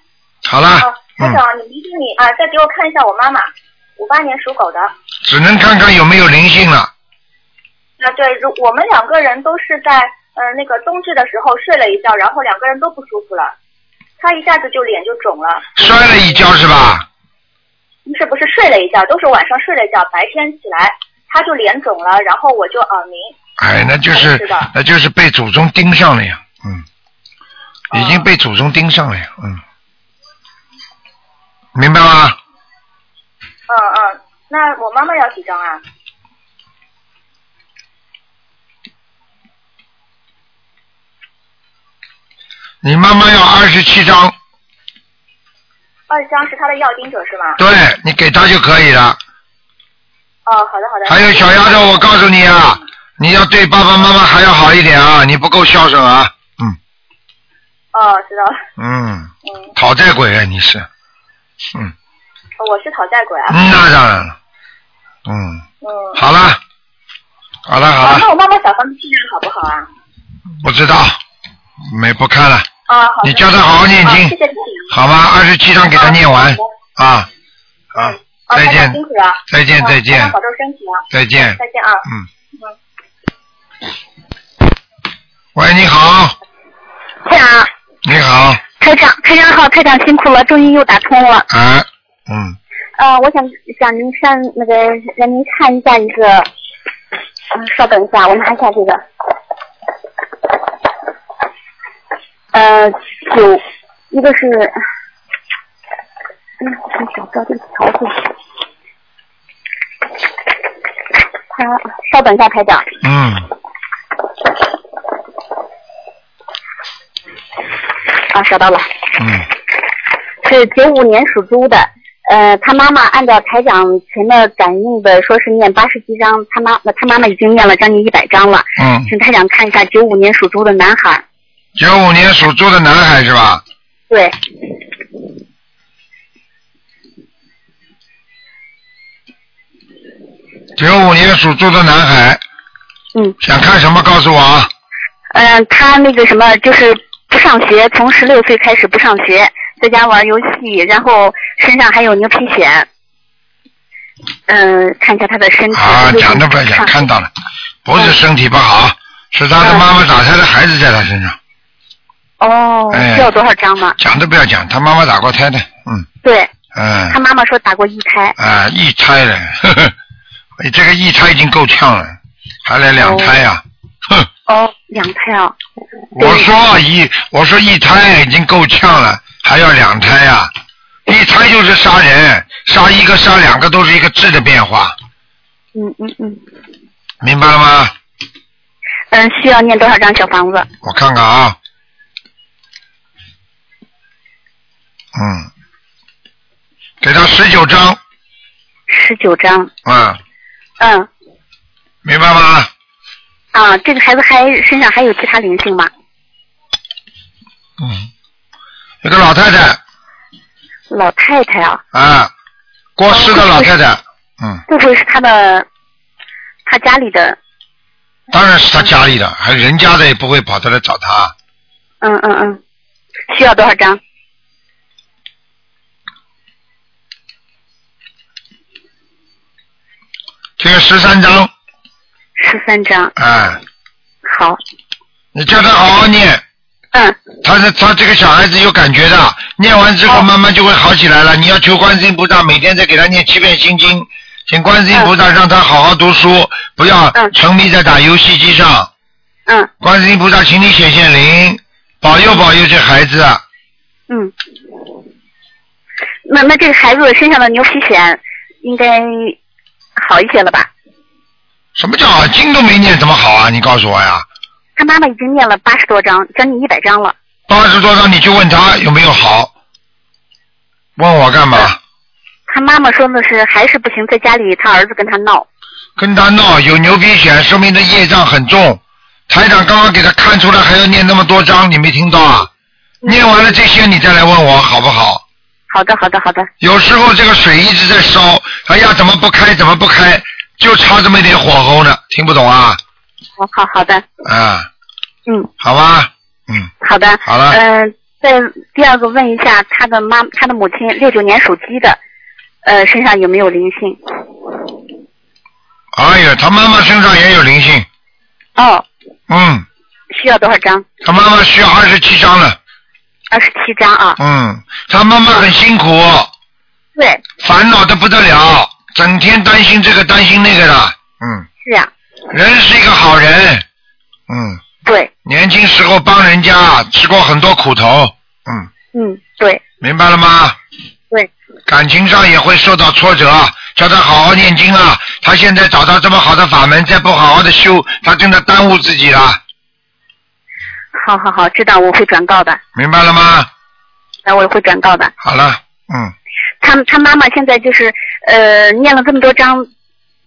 Speaker 1: 好啦，
Speaker 5: 台
Speaker 1: 嗯，
Speaker 5: 长，你一定你啊，再给我看一下我妈妈，五八年属狗的。
Speaker 1: 只能看看有没有灵性了。
Speaker 5: 啊，对，如我们两个人都是在呃那个冬至的时候睡了一觉，然后两个人都不舒服了，他一下子就脸就肿了。
Speaker 1: 摔了一跤是吧？
Speaker 5: 不是不是睡了一觉，都是晚上睡了一觉，白天起来他就脸肿了，然后我就耳鸣。
Speaker 1: 哎，那就
Speaker 5: 我
Speaker 1: 是
Speaker 5: 不知道
Speaker 1: 那就是被祖宗盯上了呀，嗯，已经被祖宗盯上了呀，嗯，明白吗？
Speaker 5: 嗯嗯，那我妈妈要几张啊？
Speaker 1: 你妈妈要二十七张，
Speaker 5: 二十张是他的要经者是吗？
Speaker 1: 对你给她就可以了。
Speaker 5: 哦，好的好的。
Speaker 1: 还有小丫头，我告诉你啊，你要对爸爸妈妈还要好一点啊，你不够孝顺啊，嗯
Speaker 5: 哦，知道了。
Speaker 1: 嗯，
Speaker 5: 嗯，哦
Speaker 1: 讨债鬼啊你是，嗯，
Speaker 5: 我是讨债鬼啊。
Speaker 1: 那当然了，嗯，
Speaker 5: 嗯，
Speaker 1: 好了，好了好
Speaker 5: 啊，
Speaker 1: 了，
Speaker 5: 那我妈妈小房子质量好不好啊？
Speaker 1: 不知道，没不看了，
Speaker 5: 啊，好的。
Speaker 1: 你叫她好好念
Speaker 5: 啊
Speaker 1: 经
Speaker 5: 谢哦谢台长
Speaker 1: 好吧？二十七章给她念完啊啊！
Speaker 5: 啊，台
Speaker 1: 再
Speaker 5: 长
Speaker 1: 见
Speaker 5: 辛苦了。
Speaker 1: 再见
Speaker 5: 啊
Speaker 1: 再
Speaker 5: 台
Speaker 1: 见
Speaker 5: 长保重身体啊，
Speaker 1: 再见，
Speaker 5: 再见啊。
Speaker 1: 嗯。喂，你好，
Speaker 6: 台长，
Speaker 1: 你好，
Speaker 6: 台长，台长好，台长辛苦了，终于又打通了。
Speaker 1: 啊，嗯，
Speaker 6: 呃，我想想您上那个让您看一下一个，嗯、稍等一下，我拿一下这个。呃，九，一个是，嗯，我想找不到这个条子。他稍等一下，台长。
Speaker 1: 嗯，
Speaker 6: 啊，找到了。
Speaker 1: 嗯，
Speaker 6: 是九五年属猪的，呃，他妈妈按照台长前面感应的，说是念八十七章，他妈他妈妈已经念了将近一百章了，
Speaker 1: 嗯，
Speaker 6: 请台长看一下九五年属猪的男孩，
Speaker 1: 九五年属猪的男孩是吧？
Speaker 6: 对，
Speaker 1: 九五年属猪的男孩，
Speaker 6: 嗯，
Speaker 1: 想看什么告诉我啊？
Speaker 6: 嗯、他那个什么就是不上学，从十六岁开始不上学，在家玩游戏，然后身上还有牛皮癣，嗯、看一下他的身体，
Speaker 1: 啊，
Speaker 5: 嗯
Speaker 6: 就是
Speaker 1: 讲都不要讲，
Speaker 6: 上
Speaker 1: 看到了，不是身体不好，是他的妈
Speaker 5: 嗯
Speaker 1: 妈打胎的孩子在他身上，
Speaker 6: 哦，
Speaker 1: 哎
Speaker 6: 需要多少张呢？
Speaker 1: 讲都不要讲，他妈妈打过胎的，嗯
Speaker 6: 对
Speaker 1: 嗯
Speaker 6: 他妈妈说打过一胎，
Speaker 1: 啊，一胎了， 呵呵，这个一胎已经够呛了，还来两胎呀、哼。
Speaker 6: 哦，两胎啊。
Speaker 1: 我说一，我说一胎已经够呛了，还要两胎啊！一胎就是杀人，杀一个杀两个都是一个质的变化，
Speaker 6: 嗯嗯嗯，
Speaker 1: 明白了吗？
Speaker 6: 嗯，需要念多少张小房子？
Speaker 1: 我看看啊，嗯，给他十九张，
Speaker 6: 十九张。
Speaker 1: 嗯，
Speaker 6: 嗯，
Speaker 1: 明白吗？
Speaker 6: 啊，这个孩子还身上还有其他灵性吗？
Speaker 1: 嗯，有个老太太
Speaker 6: 老太太啊，
Speaker 1: 啊，过世的老太太，嗯，
Speaker 6: 会不会是他的，他家里的？
Speaker 1: 当然是他家里的，还人家的也不会跑他来找他，
Speaker 6: 嗯嗯嗯，需要多少张？
Speaker 1: 这个十三张，
Speaker 6: 十三张。
Speaker 1: 哎、
Speaker 6: 好，
Speaker 1: 你叫他好好念，
Speaker 6: 嗯，
Speaker 1: 他是他这个小孩子有感觉的，念完之后慢慢就会好起来了。你要求观世音菩萨每天再给他念七遍心经，请观世音菩萨让他好好读书，不要
Speaker 6: 嗯
Speaker 1: 沉迷在打游戏机上。
Speaker 6: 嗯
Speaker 1: 观世音菩萨，请你显现灵，保佑保佑这孩子。啊
Speaker 6: 嗯。那那这个孩子身上的牛皮癣应该好一些了吧？
Speaker 1: 什么叫啊经都没念怎么好啊？你告诉我呀，
Speaker 6: 他妈妈已经念了八十多张，将近一百张了。
Speaker 1: 八十多张你就问他有没有好，问我干嘛？
Speaker 6: 嗯他妈妈说的是还是不行，在家里他儿子跟他闹。
Speaker 1: 跟他闹有牛皮癣，说明他业障很重。台长刚刚给他看出来，还要念那么多章，你没听到啊？
Speaker 6: 嗯
Speaker 1: 念完了这些，你再来问我好不好？
Speaker 6: 好的，好的，好的。
Speaker 1: 有时候这个水一直在烧，哎呀，怎么不开？怎么不开？就差这么一点火候呢，听不懂啊？
Speaker 6: 好哦好好的，
Speaker 1: 啊，
Speaker 6: 嗯，
Speaker 1: 好吧，嗯，
Speaker 6: 好的，
Speaker 1: 好了
Speaker 6: 嗯、再第二个问一下，他的妈，他的母亲六九年属鸡的，呃，身上有没有灵性？
Speaker 1: 哎呀，他妈妈身上也有灵性，
Speaker 6: 哦，
Speaker 1: 嗯，
Speaker 6: 需要多少张？
Speaker 1: 他妈妈需要二十七张了，
Speaker 6: 二十七张啊。
Speaker 1: 嗯，他妈妈很辛苦，
Speaker 6: 对，
Speaker 1: 烦恼的不得了，整天担心这个担心那个的，嗯。
Speaker 6: 是啊呀、
Speaker 1: 人是一个好人，嗯，
Speaker 6: 对，
Speaker 1: 年轻时候帮人家吃过很多苦头，嗯，
Speaker 6: 嗯，对，
Speaker 1: 明白了吗？
Speaker 6: 对。
Speaker 1: 感情上也会受到挫折，叫他好好念经啊！他现在找到这么好的法门，再不好好的修，他真的耽误自己了，
Speaker 6: 好好好，知道我会转告的，
Speaker 1: 明白了吗？
Speaker 6: 那我会转告的。
Speaker 1: 好了，嗯，
Speaker 6: 他他妈妈现在就是呃念了这么多章，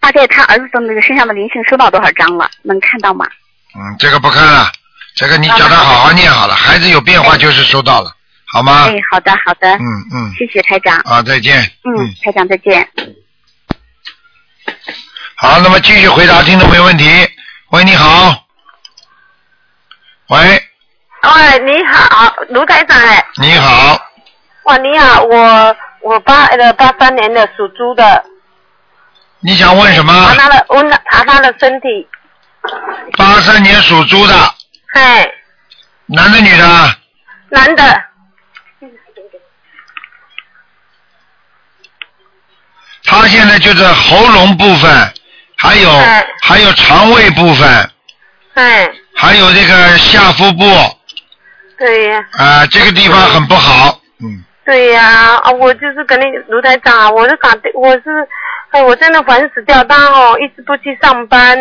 Speaker 6: 大概他儿子的那个身上的灵性收到多少张了？能看到吗？
Speaker 1: 嗯，这个不看了，这个你叫
Speaker 6: 好
Speaker 1: 他
Speaker 6: 的
Speaker 1: 好好念好了，孩子有变化就是收到了，好吗？
Speaker 6: 哎，好的好的，
Speaker 1: 嗯嗯，
Speaker 6: 谢谢台长，
Speaker 1: 啊，再见。
Speaker 6: 嗯，台长再见。
Speaker 1: 好，那么继续回答听众朋友问题。喂，你好。喂，
Speaker 7: 哎，你好，卢台长哎，
Speaker 1: 你好，
Speaker 7: 哇，你好，我我八呃八三年的属猪的，
Speaker 1: 你想问
Speaker 7: 查
Speaker 1: 什么？
Speaker 7: 他的问查他的身体，
Speaker 1: 八三年属猪的，
Speaker 7: 嘿，
Speaker 1: 男的女的？
Speaker 7: 男的，
Speaker 1: 他现在就是喉咙部分，还有
Speaker 7: 嗯
Speaker 1: 还有肠胃部分，
Speaker 7: 嘿，
Speaker 1: 还有这个下腹部啊、
Speaker 7: 对呀、
Speaker 1: 这个地方很不好。嗯，
Speaker 7: 对呀、啊，我就是跟那个卢台长啊，我是打电，我是，哎，我真的烦死掉，他哦一直不去上班，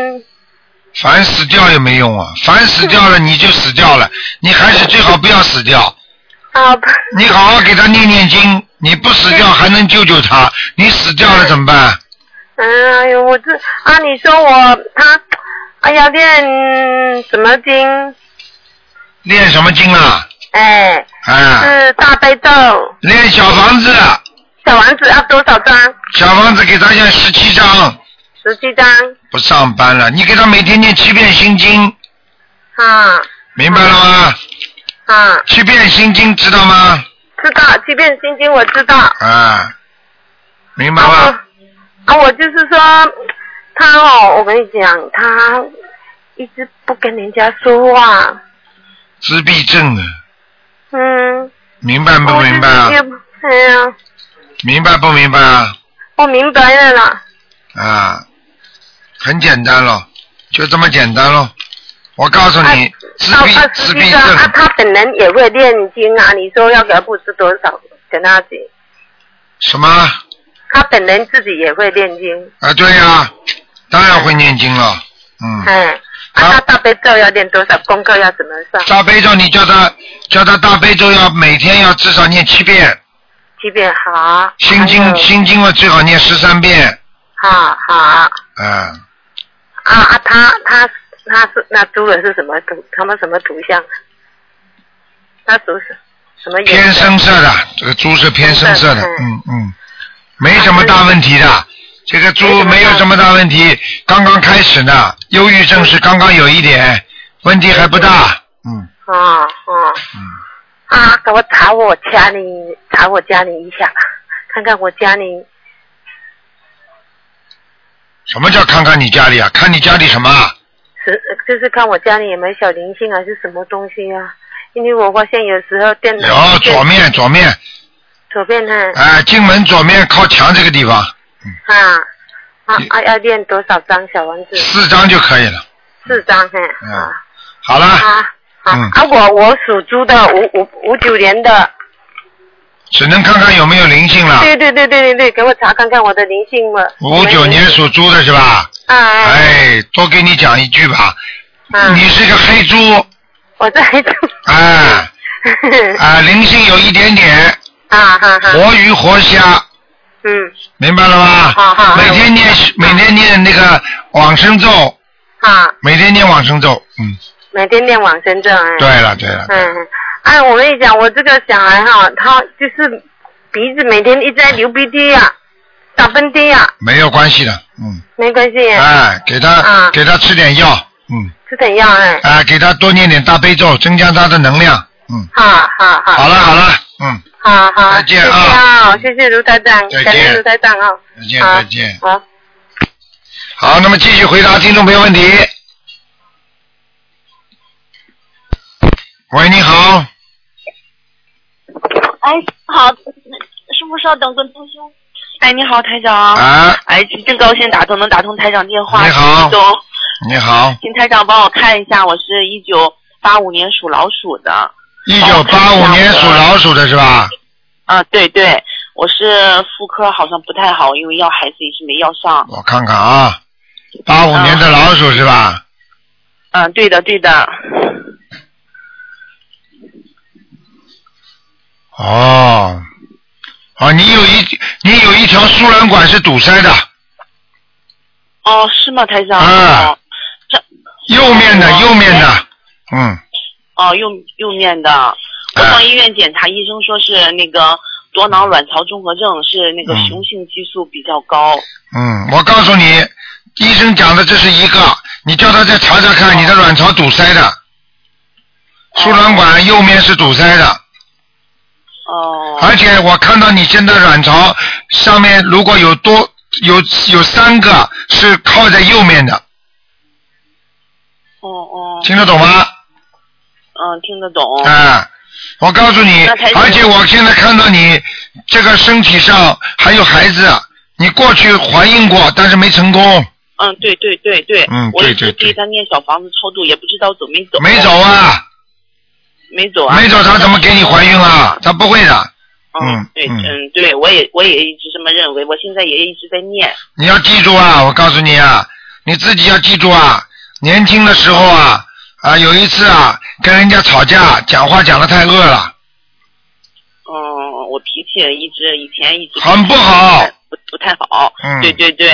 Speaker 1: 烦死掉也没用啊，烦死掉了你就死掉了，你还是最好不要死掉。
Speaker 7: 啊，不
Speaker 1: 你好好给他念念经，你不死掉还能救救他，你死掉了怎么办？
Speaker 7: 哎呦，我这啊，你说我他，哎呀，练什么经？
Speaker 1: 练什么经啊？
Speaker 7: 哎，
Speaker 1: 啊，
Speaker 7: 是大悲咒，
Speaker 1: 练小房子，
Speaker 7: 小王子要多少张？
Speaker 1: 小房子给他念十七章。
Speaker 7: 十七张
Speaker 1: 不上班了，你给他每天念七遍心经，
Speaker 7: 啊
Speaker 1: 明白了吗？
Speaker 7: 啊，
Speaker 1: 七遍心经知道吗？
Speaker 7: 知道。即便心经我知道。
Speaker 1: 啊，明白
Speaker 7: 啊
Speaker 1: 吗？
Speaker 7: 我啊，我就是说他哦，我跟你讲，他一直不跟人家说话，
Speaker 1: 自闭症啊，
Speaker 7: 嗯，
Speaker 1: 明白不
Speaker 7: 我
Speaker 1: 明白啊
Speaker 7: 自己？也不哎呀，
Speaker 1: 明白不明白啊？
Speaker 7: 我明白了啦，
Speaker 1: 啊，很简单咯，就这么简单咯。我告诉你
Speaker 7: 啊，
Speaker 1: 自
Speaker 7: 到
Speaker 1: 闭
Speaker 7: 二
Speaker 1: 自
Speaker 7: 十
Speaker 1: 闭
Speaker 7: 一张啊，
Speaker 1: 症，
Speaker 7: 他本人也会念经啊，你说要给他布置多少给他写？
Speaker 1: 什么？
Speaker 7: 他本人自己也会念经，
Speaker 1: 啊，对呀、当然会念经了。嗯，
Speaker 7: 哎、啊，
Speaker 1: 啊
Speaker 7: 他大悲咒要念多少功课要怎么上？
Speaker 1: 大悲咒你叫他叫他大悲咒要每天要至少念七遍，
Speaker 7: 几遍好？
Speaker 1: 心
Speaker 7: 还
Speaker 1: 经
Speaker 7: 有
Speaker 1: 心经嘛最好念十三遍。
Speaker 7: 好好啊
Speaker 1: 啊，
Speaker 7: 啊！他他他是那猪的是什么图？他们什么图像？他属什什么颜
Speaker 1: 偏
Speaker 7: 色？
Speaker 1: 深色的，这个猪是偏深色的，嗯
Speaker 7: 嗯
Speaker 1: 嗯，没什么大问题的，这个猪没
Speaker 7: 没
Speaker 1: 有
Speaker 7: 什么大
Speaker 1: 什么大问题，刚刚开始呢，忧郁症是刚刚有一点，问题还不大，嗯，
Speaker 7: 啊啊啊！给我查我家里查我家里一下，看看我家里
Speaker 1: 什么叫看看你家里啊？看你家里什么啊？
Speaker 7: 是就是看我家里有没有小灵性还是什么东西啊？因为我发现有时候电脑
Speaker 1: 有哦左面左面，
Speaker 7: 左边呢
Speaker 1: 哎，进门左面靠墙这个地方，
Speaker 7: 啊啊啊！要练多少张小王子？
Speaker 1: 四张就可以了。
Speaker 7: 四张嘿
Speaker 1: 嗯
Speaker 7: 啊。
Speaker 1: 好了，
Speaker 7: 啊啊
Speaker 1: 嗯
Speaker 7: 啊！我我属猪的，五五五九年的，
Speaker 1: 啊只能看看有没有灵性了。
Speaker 7: 对对对对对对，给我查看看我的灵性吗？
Speaker 1: 五九年属猪的是吧？
Speaker 7: 啊哎
Speaker 1: 哎，多给你讲一句吧，
Speaker 7: 啊！
Speaker 1: 你是个黑猪，
Speaker 7: 我在这
Speaker 1: 哎哎，灵性有一点点，
Speaker 7: 啊哈哈，
Speaker 1: 活鱼活虾，
Speaker 7: 嗯，
Speaker 1: 明白了吗？
Speaker 7: 好好好嗯
Speaker 1: 每天念每天念那个往生咒，
Speaker 7: 啊，
Speaker 1: 每天念往生咒，嗯，
Speaker 7: 每天念往生咒，哎，
Speaker 1: 对了对了，
Speaker 7: 嗯，哎，我跟你讲，我这个小孩哈，他就是鼻子每天一直在流鼻涕呀、打喷嚏呀、
Speaker 1: 没有关系的，嗯，
Speaker 7: 没关系，
Speaker 1: 哎，给他
Speaker 7: 啊
Speaker 1: 给他吃点药，嗯，
Speaker 7: 吃点药，哎，
Speaker 1: 哎，给他多念点大悲咒，增加他的能量，嗯，
Speaker 7: 好好好，
Speaker 1: 好了好了，嗯，
Speaker 7: 好好，
Speaker 1: 再见啊
Speaker 7: 谢谢啊，谢谢卢台长，
Speaker 1: 再见
Speaker 7: 感谢卢台长啊，
Speaker 1: 再见
Speaker 7: 好
Speaker 1: 再见。
Speaker 7: 好。
Speaker 1: 好，那么继续回答听众朋友问题。喂，你好，
Speaker 8: 哎，好，师傅稍等，跟同修。哎，你好，台长。
Speaker 1: 啊，
Speaker 8: 哎，真高兴打通，能打通台长电话。
Speaker 1: 你好
Speaker 8: 激动
Speaker 1: 你好，
Speaker 8: 请台长帮我看一下，我是一九八五年属老鼠的。
Speaker 1: 一九八五年属老鼠的是吧？
Speaker 8: 啊，对对，我是妇科好像不太好，因为要孩子一直没要上。
Speaker 1: 我看看啊，八五年的老鼠是吧？
Speaker 8: 嗯，对的对的。
Speaker 1: 哦，哦，你有一你有一条输卵管是堵塞的，
Speaker 8: 哦，是吗，台长？
Speaker 1: 啊右面的
Speaker 8: 哦
Speaker 1: 右面的，嗯，
Speaker 8: 哦，右右面的。我上医院检查，医生说是那个多囊卵巢综合症，是那个
Speaker 1: 嗯
Speaker 8: 雄性激素比较高。
Speaker 1: 嗯，我告诉你，医生讲的这是一个，你叫他再查查
Speaker 8: 哦
Speaker 1: 看，你的卵巢堵塞的，输卵管右面是堵塞的。
Speaker 8: 哦。
Speaker 1: 而且我看到你现在卵巢上面如果有多有有三个是靠在右面的，
Speaker 8: 哦哦，
Speaker 1: 听得懂吗？
Speaker 8: 嗯，听得懂。
Speaker 1: 啊，我告诉你
Speaker 8: 那台，长
Speaker 1: 而且我现在看到你这个身体上还有孩子，你过去怀孕过，但是没成功，
Speaker 8: 嗯，对对对对，
Speaker 1: 嗯
Speaker 8: 我
Speaker 1: 对
Speaker 8: 一直
Speaker 1: 对
Speaker 8: 给
Speaker 1: 对
Speaker 8: 他念小房子超度，也不知道走没走，
Speaker 1: 没走，啊，
Speaker 8: 没走啊，
Speaker 1: 没走，他怎么给你怀孕啊？他不会的，
Speaker 8: 嗯
Speaker 1: 嗯，
Speaker 8: 对，
Speaker 1: 嗯
Speaker 8: 嗯，对，我也我也一直这么认为，我现在也一直在念。
Speaker 1: 你要记住啊，我告诉你啊，你自己要记住啊，年轻的时候啊啊，有一次啊跟人家吵架，讲话讲的太恶了，
Speaker 8: 嗯，我脾气一直以前一直
Speaker 1: 很不好，
Speaker 8: 不不太好。
Speaker 1: 嗯
Speaker 8: 对对对，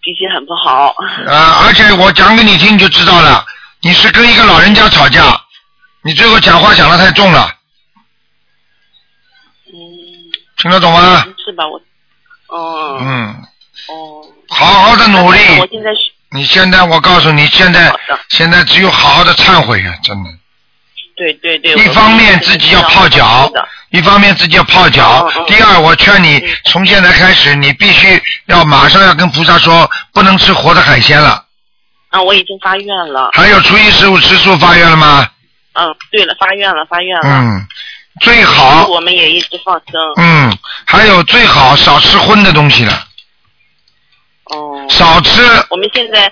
Speaker 8: 脾气很不好。
Speaker 1: 啊，而且我讲给你听你就知道了，你是跟一个老人家吵架，你最后讲话讲的太重了，
Speaker 8: 嗯，
Speaker 1: 听得懂吗？
Speaker 8: 是吧？我，嗯，
Speaker 1: 嗯，
Speaker 8: 哦，
Speaker 1: 好好的努力。
Speaker 8: 我现在是，
Speaker 1: 你现在，我告诉你，现在
Speaker 8: 好的
Speaker 1: 现在只有好好的忏悔啊，真的。
Speaker 8: 对对对。
Speaker 1: 一
Speaker 8: 我
Speaker 1: 方面自己要泡脚
Speaker 8: 是的，
Speaker 1: 一方面自己要泡脚
Speaker 8: 嗯嗯。嗯
Speaker 1: 第二，我劝你
Speaker 8: 嗯
Speaker 1: 从现在开始，你必须要马上要跟菩萨说，不能吃活的海鲜了。
Speaker 8: 啊，我已经发愿了。
Speaker 1: 还有初一十五吃素发愿了吗？
Speaker 8: 嗯，对了，发愿了，发愿了。
Speaker 1: 嗯，最好，
Speaker 8: 我们也一直放生。
Speaker 1: 嗯，还有最好少吃荤的东西了，
Speaker 8: 哦。
Speaker 1: 少吃。
Speaker 8: 我们现在，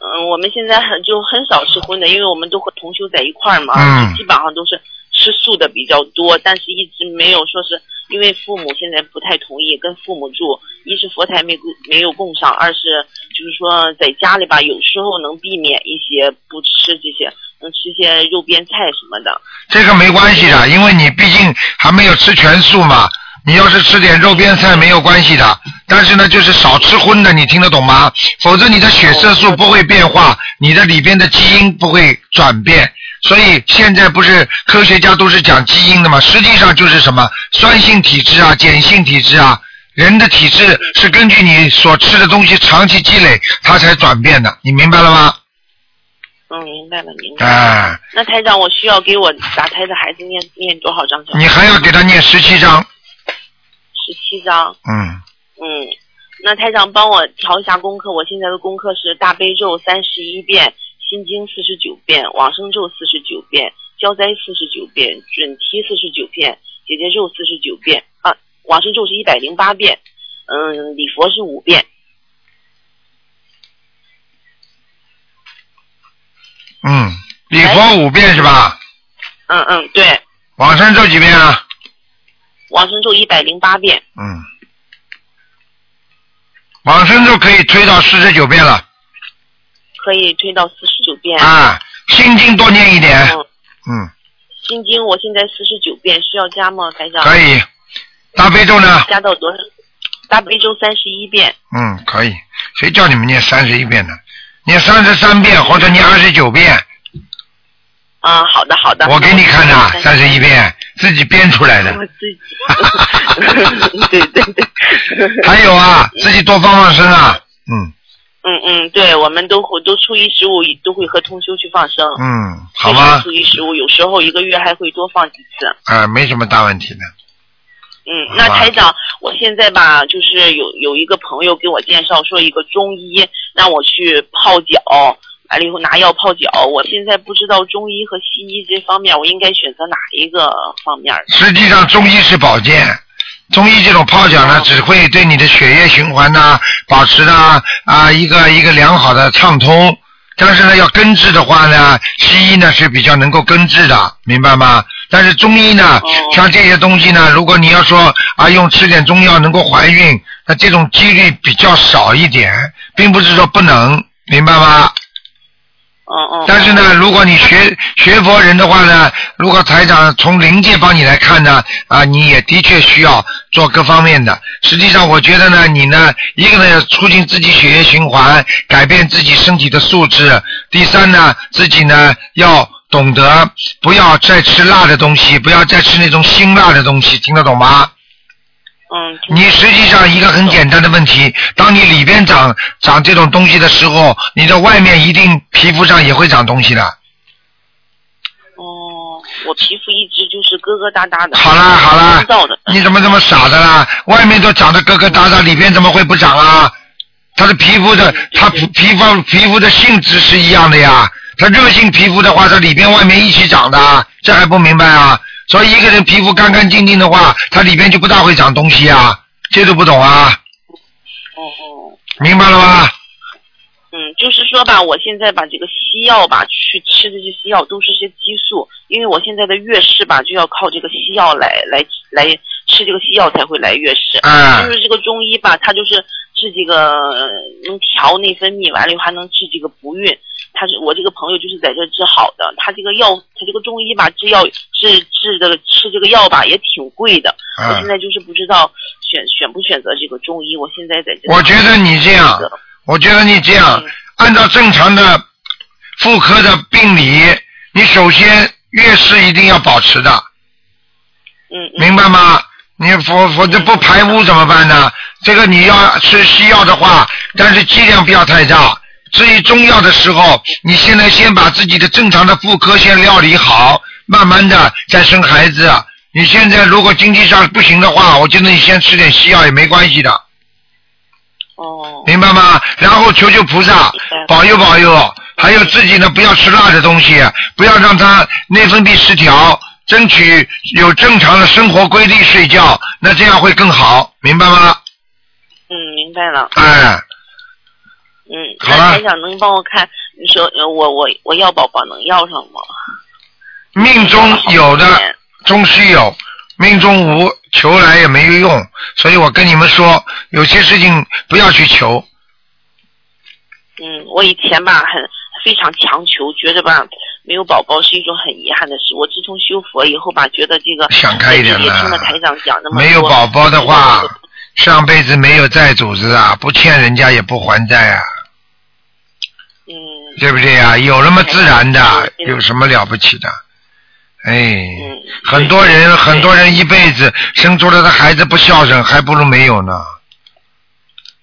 Speaker 8: 嗯，我们现在很就很少吃荤的，因为我们都和同修在一块儿嘛，
Speaker 1: 嗯
Speaker 8: 基本上都是吃素的比较多，但是一直没有说是因为父母现在不太同意跟父母住，一是佛台没供没有供上，二是就是说在家里吧，有时候能避免一些不吃这些，能吃些肉边菜什么的。
Speaker 1: 这个没关系的，因为你毕竟还没有吃全素嘛。你要是吃点肉边菜没有关系的，但是呢，就是少吃荤的，你听得懂吗？否则你的血色素不会变化，你的里边的基因不会转变。所以现在不是科学家都是讲基因的嘛，实际上就是什么酸性体质啊、碱性体质啊，人的体质是根据你所吃的东西长期积累，它才转变的，你明白了吗？
Speaker 8: 嗯，明白了，明白
Speaker 1: 哎、
Speaker 8: 了。那台长，我需要给我打胎的孩子念念多少张小？
Speaker 1: 你还要给他念十七章，
Speaker 8: 十七张。
Speaker 1: 嗯，
Speaker 8: 嗯，那台长帮我调一下功课，我现在的功课是大悲咒三十一遍，心经四十九遍，往生咒四十九遍，消灾四十九遍，准提四十九遍，姐姐咒四十九遍啊，往生咒是一百零八遍，嗯，礼佛是五遍，
Speaker 1: 嗯，礼佛五遍是吧？
Speaker 8: 嗯嗯，对，
Speaker 1: 往生咒几遍啊？
Speaker 8: 往生咒一百零八遍，
Speaker 1: 嗯，往生咒可以推到四十九遍了
Speaker 8: 可以推到四十九遍。
Speaker 1: 啊，心经多念一点，
Speaker 8: 嗯，
Speaker 1: 嗯，
Speaker 8: 心经我现在四十九遍，需要加吗，台长？
Speaker 1: 可以。大悲咒呢？
Speaker 8: 加到多少？大悲咒三十一遍。
Speaker 1: 嗯，可以。谁叫你们念三十一遍的？念三十三遍或者念二十九遍，
Speaker 8: 啊，好的好的。
Speaker 1: 我给你看
Speaker 8: 那我
Speaker 1: 的，三十一遍自己编出来的
Speaker 8: 我。自己。 对对对，
Speaker 1: 还有啊，自己多放放生啊，嗯
Speaker 8: 嗯嗯，对，我们都会都初一十五都会和同修去放生，
Speaker 1: 嗯，好吗
Speaker 8: 初？一十五有时候一个月还会多放几次。
Speaker 1: 啊，没什么大问题的。
Speaker 8: 嗯
Speaker 1: 好，
Speaker 8: 那
Speaker 1: 吧
Speaker 8: 台长，我现在吧，就是有有一个朋友给我介绍说一个中医，让我去泡脚，完了以后拿药泡脚。我现在不知道中医和西医这方面，我应该选择哪一个方面呢？
Speaker 1: 实际上中医是保健，中医这种泡脚呢，
Speaker 8: 哦
Speaker 1: 只会对你的血液循环呐、保持啊啊一个一个良好的畅通。但是呢，要根治的话呢，西医呢是比较能够根治的，明白吗？但是中医呢，
Speaker 8: 哦
Speaker 1: 像这些东西呢，如果你要说啊用吃点中药能够怀孕，那这种几率比较少一点，并不是说不能，明白吗？
Speaker 8: 嗯嗯。
Speaker 1: 但是呢，如果你学学佛人的话呢，如果台长从灵界帮你来看呢，啊，你也的确需要做各方面的。实际上，我觉得呢，你呢，一个呢要促进自己血液循环，改变自己身体的素质；第三呢，自己呢要懂得不要再吃辣的东西，不要再吃那种辛辣的东西，听得懂吗？
Speaker 8: 嗯，
Speaker 1: 你实际上一个很简单的问题，当你里边长长这种东西的时候，你的外面一定皮肤上也会长东西的。
Speaker 8: 哦，我皮肤一直就是疙疙瘩瘩的。
Speaker 1: 好啦好啦
Speaker 8: 干燥的，
Speaker 1: 你怎么这么傻的啦？外面都长得疙疙瘩瘩，里边怎么会不长啊？它的皮肤的，它皮皮肤皮肤的性质是一样的呀。它热性皮肤的话，它里边外面一起长的，这还不明白啊？所以一个人皮肤干干净净的话，它里边就不大会长东西啊，这都不懂啊，
Speaker 8: 哦哦，
Speaker 1: 明白了吗？
Speaker 8: 嗯，就是说吧，我现在把这个西药吧去吃的这些药都是些激素，因为我现在的月事吧就要靠这个西药来来来吃这个西药才会来月事。
Speaker 1: 哎
Speaker 8: 就是这个中医吧，它就是治这个呃能调内分泌，完了以后还能治这个不孕。他是我这个朋友就是在这治好的，他这个药，他这个中医吧制药治治的吃这个药吧也挺贵的。我现
Speaker 1: 嗯，
Speaker 8: 在就是不知道选选不选择这个中医，我现在在这。
Speaker 1: 我觉得你这样我觉得你这样
Speaker 8: 嗯，
Speaker 1: 按照正常的妇科的病理，你首先月事一定要保持的，
Speaker 8: 嗯嗯
Speaker 1: 明白吗？你否否则不排污怎么办呢？这个你要吃西药的话，但是剂量不要太大。至于中药的时候，你现在先把自己的正常的妇科先料理好，慢慢的再生孩子。啊你现在如果经济上不行的话，我觉得你先吃点西药也没关系的。
Speaker 8: 哦
Speaker 1: 明白吗？然后求求菩萨
Speaker 8: 白
Speaker 1: 保佑保佑，还有自己呢，不要吃辣的东西，不要让他内分泌失调，争取有正常的生活规律，睡觉，那这样会更好，明白吗？
Speaker 8: 嗯，明白了。
Speaker 1: 哎，
Speaker 8: 嗯，
Speaker 1: 好
Speaker 8: 那
Speaker 1: 了
Speaker 8: 台长能帮我看？你说呃我我我要宝宝能要上吗？
Speaker 1: 命中有的终须有，命中无，求来也没有用。所以我跟你们说，有些事情不要去求，
Speaker 8: 嗯，我以前吧很非常强求，觉得吧没有宝宝是一种很遗憾的事。我自从修佛以后吧，觉得这个
Speaker 1: 想开一点
Speaker 8: 也
Speaker 1: 了
Speaker 8: 听了台长讲那么多
Speaker 1: 没有宝宝的话，上辈子没有债主子啊，不欠人家也不还债啊。
Speaker 8: 嗯，
Speaker 1: 对不对呀、有那么自然的，有什么了不起的？哎，
Speaker 8: 嗯
Speaker 1: 很多人很多人一辈子生出来的孩子不孝顺，还不如没有呢。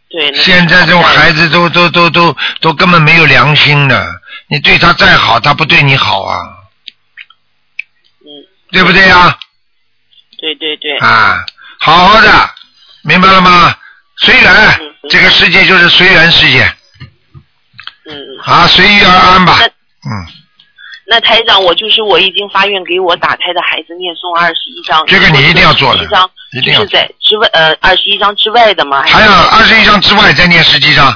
Speaker 8: 对。那
Speaker 1: 现在这种孩子都都都都都根本没有良心的，你对他再好，他不对你好啊，
Speaker 8: 嗯，
Speaker 1: 对不对呀、
Speaker 8: 对对对，
Speaker 1: 啊？好好的，明白了吗？随缘
Speaker 8: 嗯，
Speaker 1: 这个世界就是随缘世界
Speaker 8: 嗯。嗯
Speaker 1: 啊，随遇而安吧
Speaker 8: 那。
Speaker 1: 嗯，
Speaker 8: 那台长，我就是我已经发愿给我打胎的孩子念诵二十一章，
Speaker 1: 这个你一定要做的
Speaker 8: 一章
Speaker 1: 一定
Speaker 8: 就
Speaker 1: 要
Speaker 8: 是在之外呃二十一章之外的吗？
Speaker 1: 还有哎二十一章之外再念十七章。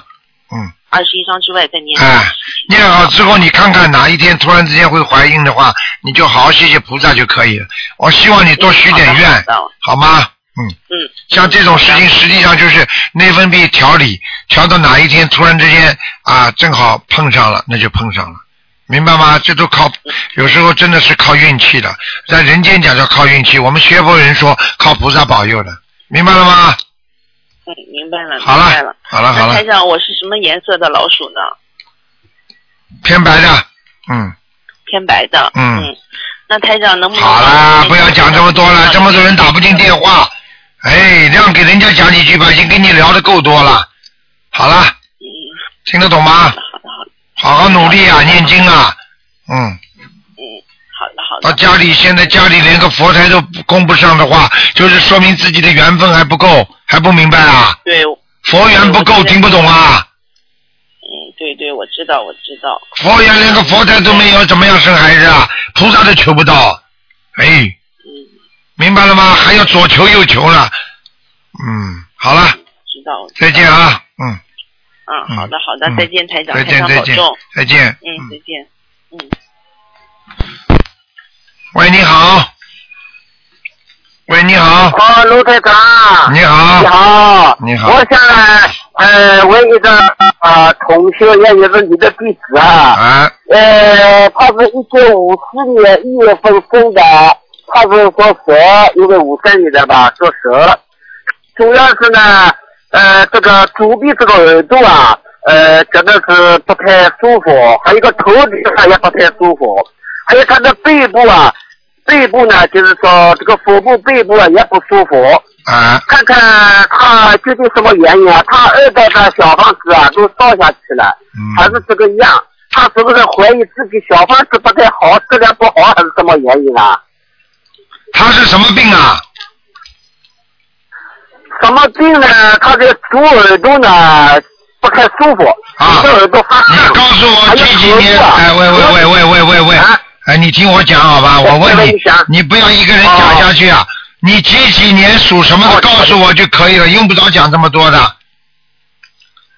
Speaker 1: 嗯。
Speaker 8: 二十一章之外再念。
Speaker 1: 哎，念好之后，你看看哪一天突然之间会怀孕的话，你就好好谢谢菩萨就可以了。我希望你多许点
Speaker 8: 好
Speaker 1: 愿
Speaker 8: 的好的，
Speaker 1: 好吗？嗯，
Speaker 8: 嗯，
Speaker 1: 像这种事情实际上就是内分泌调理，调到哪一天突然之间啊，正好碰上了，那就碰上了，明白吗？这都靠，有时候真的是靠运气的，在人间讲叫靠运气，我们学佛人说靠菩萨保佑的，明白了吗？
Speaker 8: 嗯，明白了，
Speaker 1: 好
Speaker 8: 明白
Speaker 1: 了
Speaker 8: 了。，
Speaker 1: 好了，好
Speaker 8: 那
Speaker 1: 了
Speaker 8: 台，长，我是什么颜色的老鼠呢？
Speaker 1: 偏白的，嗯。
Speaker 8: 偏白的。
Speaker 1: 嗯
Speaker 8: 嗯，那台长能不能
Speaker 1: 好啦，不要讲这么多了，这么多人打不进电话。哎，让给人家讲几句吧，已经跟你聊的够多了。好了，
Speaker 8: 嗯
Speaker 1: 听得懂吗？
Speaker 8: 好的，好的，
Speaker 1: 好好努力啊，念经啊。嗯，
Speaker 8: 嗯，好的，好
Speaker 1: 到
Speaker 8: 的。
Speaker 1: 家里现在家里连个佛台都供不上的话，就是说明自己的缘分还不够，还不明白啊？
Speaker 8: 对，
Speaker 1: 佛缘不够，听不懂啊？
Speaker 8: 嗯，对对，我知道，我知道。
Speaker 1: 佛缘连个佛台都没有，怎么样生孩子啊？菩萨都求不到。哎，
Speaker 8: 嗯，
Speaker 1: 明白了吗？还要左求右求了。嗯，好了。
Speaker 8: 知道。我知道
Speaker 1: 再见。啊，嗯，
Speaker 8: 嗯，好的，好的
Speaker 1: 嗯，
Speaker 8: 再见，台长，
Speaker 1: 再
Speaker 8: 台
Speaker 1: 见
Speaker 8: 长
Speaker 1: 再
Speaker 8: 保
Speaker 1: 见
Speaker 8: 重。
Speaker 1: 再见，
Speaker 8: 嗯，再见。嗯。
Speaker 1: 喂，你好，喂，你好，
Speaker 9: 哦，卢队长，
Speaker 1: 你好
Speaker 9: 你，好，
Speaker 1: 你好
Speaker 9: 我想呃问一个啊、同学，也就是你的弟子啊，
Speaker 1: 啊，
Speaker 9: 呃，他是一九五四年一月份生的，他是说蛇，因为五三年的吧，说蛇，主要是呢，呃，这个主鼻这个耳朵啊，呃，真的是不太舒服，还有一个头顶上也不太舒服，还有他的背部啊，背部呢，就是说这个腹部背部啊也不舒服，
Speaker 1: 啊，
Speaker 9: 看看他究竟什么原因啊？他二代的小房子啊都烧下去了，
Speaker 1: 嗯
Speaker 9: 还是这个样？他是不是怀疑自己小房子不太好，质量不好，还是什么原因啊？
Speaker 1: 他是什么病啊？
Speaker 9: 什么病呢？他这左耳朵呢不太舒服，右
Speaker 1: 啊呃
Speaker 9: 耳朵发烫。你告诉我
Speaker 1: 这几年，哎，喂喂喂喂喂喂喂，哎，你听我讲好吧？我问你，你不要一个人讲下去啊！你几几年属什么的告诉我就可以了，用不着讲这么多的。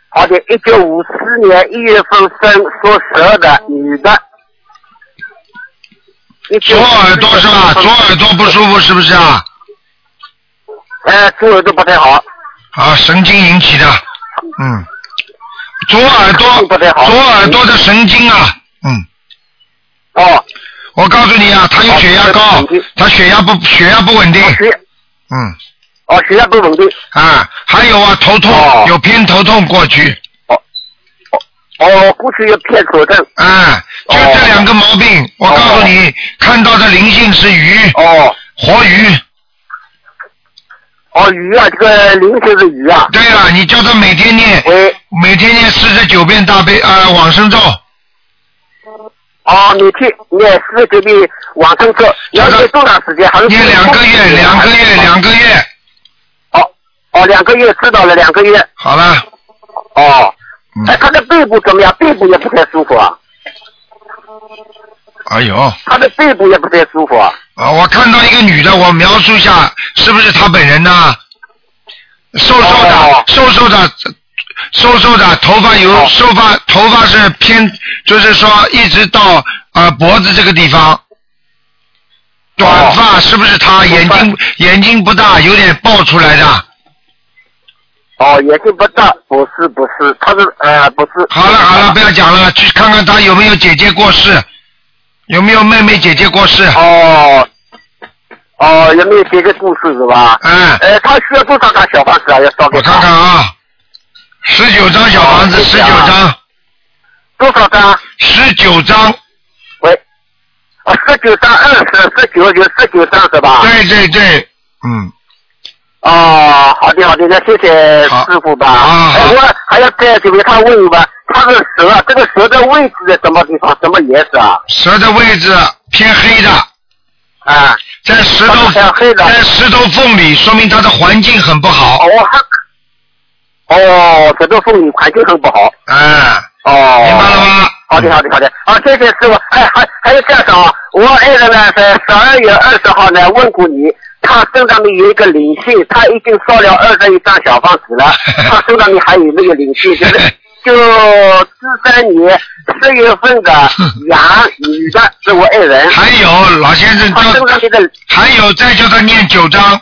Speaker 9: 好的，一九五四年一月份生，属蛇的女的。
Speaker 1: 左耳朵是吧？左耳朵不舒服是不是啊？
Speaker 9: 哎，左耳朵不太好。
Speaker 1: 啊，神经引起的，嗯，左耳朵
Speaker 9: 不嗯太好，
Speaker 1: 左耳朵的神经啊，嗯。
Speaker 9: 哦。
Speaker 1: 我告诉你啊，他有血压高，他血压不血压不稳定，嗯。
Speaker 9: 哦，血压不稳定。
Speaker 1: 啊，还有啊，头痛、
Speaker 9: 哦
Speaker 1: 有偏头痛过去，
Speaker 9: 哦，过去有偏头痛。
Speaker 1: 啊，就这两个毛病，我告诉你，看到的灵性是鱼，
Speaker 9: 哦，
Speaker 1: 活鱼。
Speaker 9: 哦，鱼啊，这个灵性是鱼啊。
Speaker 1: 对了，你叫他每天念，每天念四十九遍大悲啊、往生咒，
Speaker 9: 哦，每天念四十九遍往生咒，要念多长时间？还是念两个月，两个
Speaker 1: 月，两个月。
Speaker 9: 哦哦，两个月知道了，两个月。
Speaker 1: 好了。
Speaker 9: 哦，
Speaker 1: 嗯
Speaker 9: 哎，他的背部怎么样？背部也不太舒服啊，
Speaker 1: 哎呦。
Speaker 9: 他的背部也不太舒服啊。
Speaker 1: 啊，我看到一个女的，我描述一下，是不是她本人呢？瘦瘦的，
Speaker 9: 哦
Speaker 1: 瘦瘦的，瘦瘦的，头发有，头发头发是偏，就是说一直到啊、呃脖子这个地方，短
Speaker 9: 哦
Speaker 1: 发是不是她？眼睛眼睛不大，有点爆出来的。
Speaker 9: 哦，眼睛不大，不是不是，他是呃不是。
Speaker 1: 好了好了，不要讲了，去看看她有没有姐姐过世，有没有妹妹姐姐过世。
Speaker 9: 哦。哦，有没有别的故事是吧？
Speaker 1: 嗯。
Speaker 9: 呃，他需要多少张小房子啊？要烧给他。哦
Speaker 1: 看看啊，十九张小房子，十九张。
Speaker 9: 啊多少张？
Speaker 1: 十九张。
Speaker 9: 喂，啊，十九张二十，十九有十九张是吧？
Speaker 1: 对对对，嗯。
Speaker 9: 哦，好的好的，那谢谢师傅吧。啊、哎，我还要再给他问一问，他是蛇，啊这个蛇的位置在什么地方，什么颜色啊？哎
Speaker 1: 蛇的位置偏黑的。
Speaker 9: 啊。
Speaker 1: 在石头在石头缝里，说明它的环境很不好。
Speaker 9: 哦，这个风里环境很不好。
Speaker 1: 哎。
Speaker 9: 哦。明白了
Speaker 1: 吗？
Speaker 9: 好的，好的，好的。啊，谢谢师傅。哎，还还有这样子啊，我爱人呢，在十二月二十号呢问过你，他身上面有一个灵性，他已经烧了二十一张小房子 了，他身上面还有没有灵性？就是就四三年四月份 的羊女的，是我爱人。
Speaker 1: 还有老先生
Speaker 9: 他身上面的
Speaker 1: 还有再叫他念九张。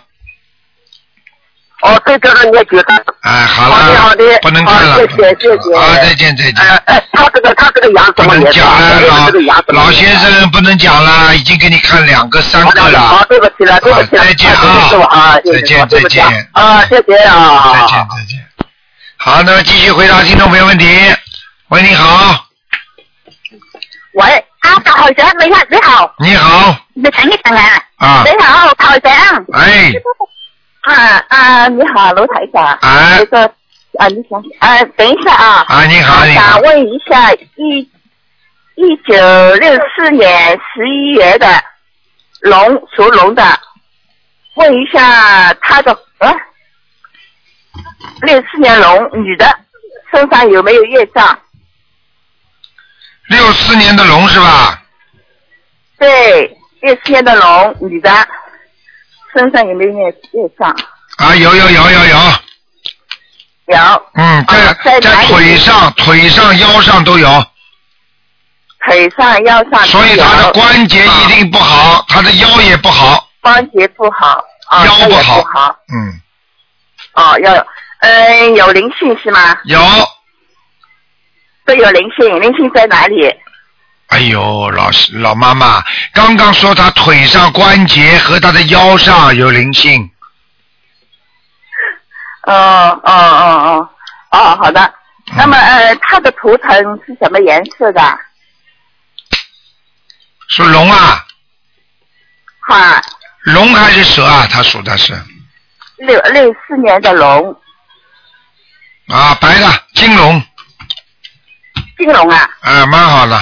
Speaker 9: 哦，再叫他念九张。
Speaker 1: 哎，好了，
Speaker 9: 好的，好的，
Speaker 1: 不能看了
Speaker 9: 啊谢谢，谢谢。
Speaker 1: 啊，再见再见。
Speaker 9: 哎，他这个他这个羊
Speaker 1: 不
Speaker 9: 怎么
Speaker 1: 能
Speaker 9: 颜色
Speaker 1: 讲
Speaker 9: 啊？
Speaker 1: 了，
Speaker 9: 他这个羊怎么
Speaker 1: 老老
Speaker 9: 颜色啊
Speaker 1: 先生不能讲了，已经给你看两个三个了。
Speaker 9: 好，对不起了，对不起了，再见啊，
Speaker 1: 再见再见。
Speaker 9: 啊，谢谢啊，
Speaker 1: 再见再见。好，那么继续回答听众朋友问题。喂，你好，
Speaker 10: 喂，啊，陶台长，你好，你好，
Speaker 1: 你好
Speaker 10: 你请一上啊，
Speaker 1: 啊，
Speaker 10: 你好，台长，
Speaker 1: 哎，
Speaker 6: Uh,
Speaker 10: 啊啊，你好，卢台长，
Speaker 1: 啊，
Speaker 10: 这个啊，你想，啊，等一下啊，
Speaker 1: 啊，你好，
Speaker 10: 我
Speaker 1: 你好
Speaker 10: 想，问一下，一一九六四年十一月的龙属龙的，问一下他的啊，六四年龙女的身上有没有业障？
Speaker 1: 六四年的龙是吧？
Speaker 10: 对，六四年的龙女的身上有没有业业障？
Speaker 1: 啊，有有有有有，
Speaker 10: 有，
Speaker 1: 嗯，
Speaker 9: 啊
Speaker 1: 在在腿上、腿上、腰上都有，
Speaker 10: 腿上、腰上都有，
Speaker 1: 所以他的关节
Speaker 2: 啊
Speaker 1: 一定不好，他的腰也不好，
Speaker 10: 关节不好，啊、
Speaker 1: 腰
Speaker 10: 也
Speaker 1: 不
Speaker 10: 不
Speaker 1: 好
Speaker 10: 好，
Speaker 1: 嗯，
Speaker 10: 哦，要，嗯、有灵性是吗？
Speaker 1: 有，
Speaker 10: 都有灵性，灵性在哪里？
Speaker 1: 哎呦，老师老妈妈刚刚说他腿上关节和他的腰上有灵性，
Speaker 10: 哦哦哦哦，哦，好的。
Speaker 1: 嗯
Speaker 10: 那么呃，它的图腾是什么颜色的？
Speaker 1: 属龙啊，
Speaker 10: 哈，
Speaker 1: 龙还是蛇啊？他属的是
Speaker 2: 六六四年的龙，
Speaker 1: 啊，白的金龙，
Speaker 2: 金龙啊，
Speaker 1: 啊，蛮好的，
Speaker 10: 哦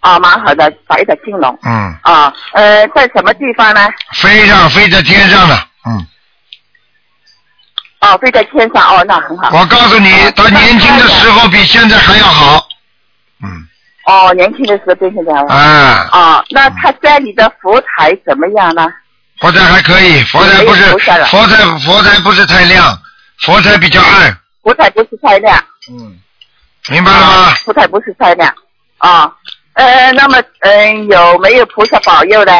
Speaker 2: 啊，蛮好的，白的金龙
Speaker 1: 嗯，
Speaker 2: 啊，呃，在什么地方呢？
Speaker 1: 飞上飞在天上了，嗯，
Speaker 2: 哦，飞在天上，哦，那很好。
Speaker 1: 我告诉你，他年轻的时候比现在还要好，
Speaker 2: 哦，年轻的时候变现在了。
Speaker 1: 啊
Speaker 2: 哦，那他家里的佛台怎么样呢？
Speaker 1: 佛台还可以，佛台不是
Speaker 2: 没有菩萨了
Speaker 1: 佛台佛台不是太亮，佛台比较暗，
Speaker 2: 佛台不是太亮。
Speaker 1: 嗯，明白了吗？
Speaker 2: 佛台不是太亮。啊、呃，那么，嗯、有没有菩萨保佑呢？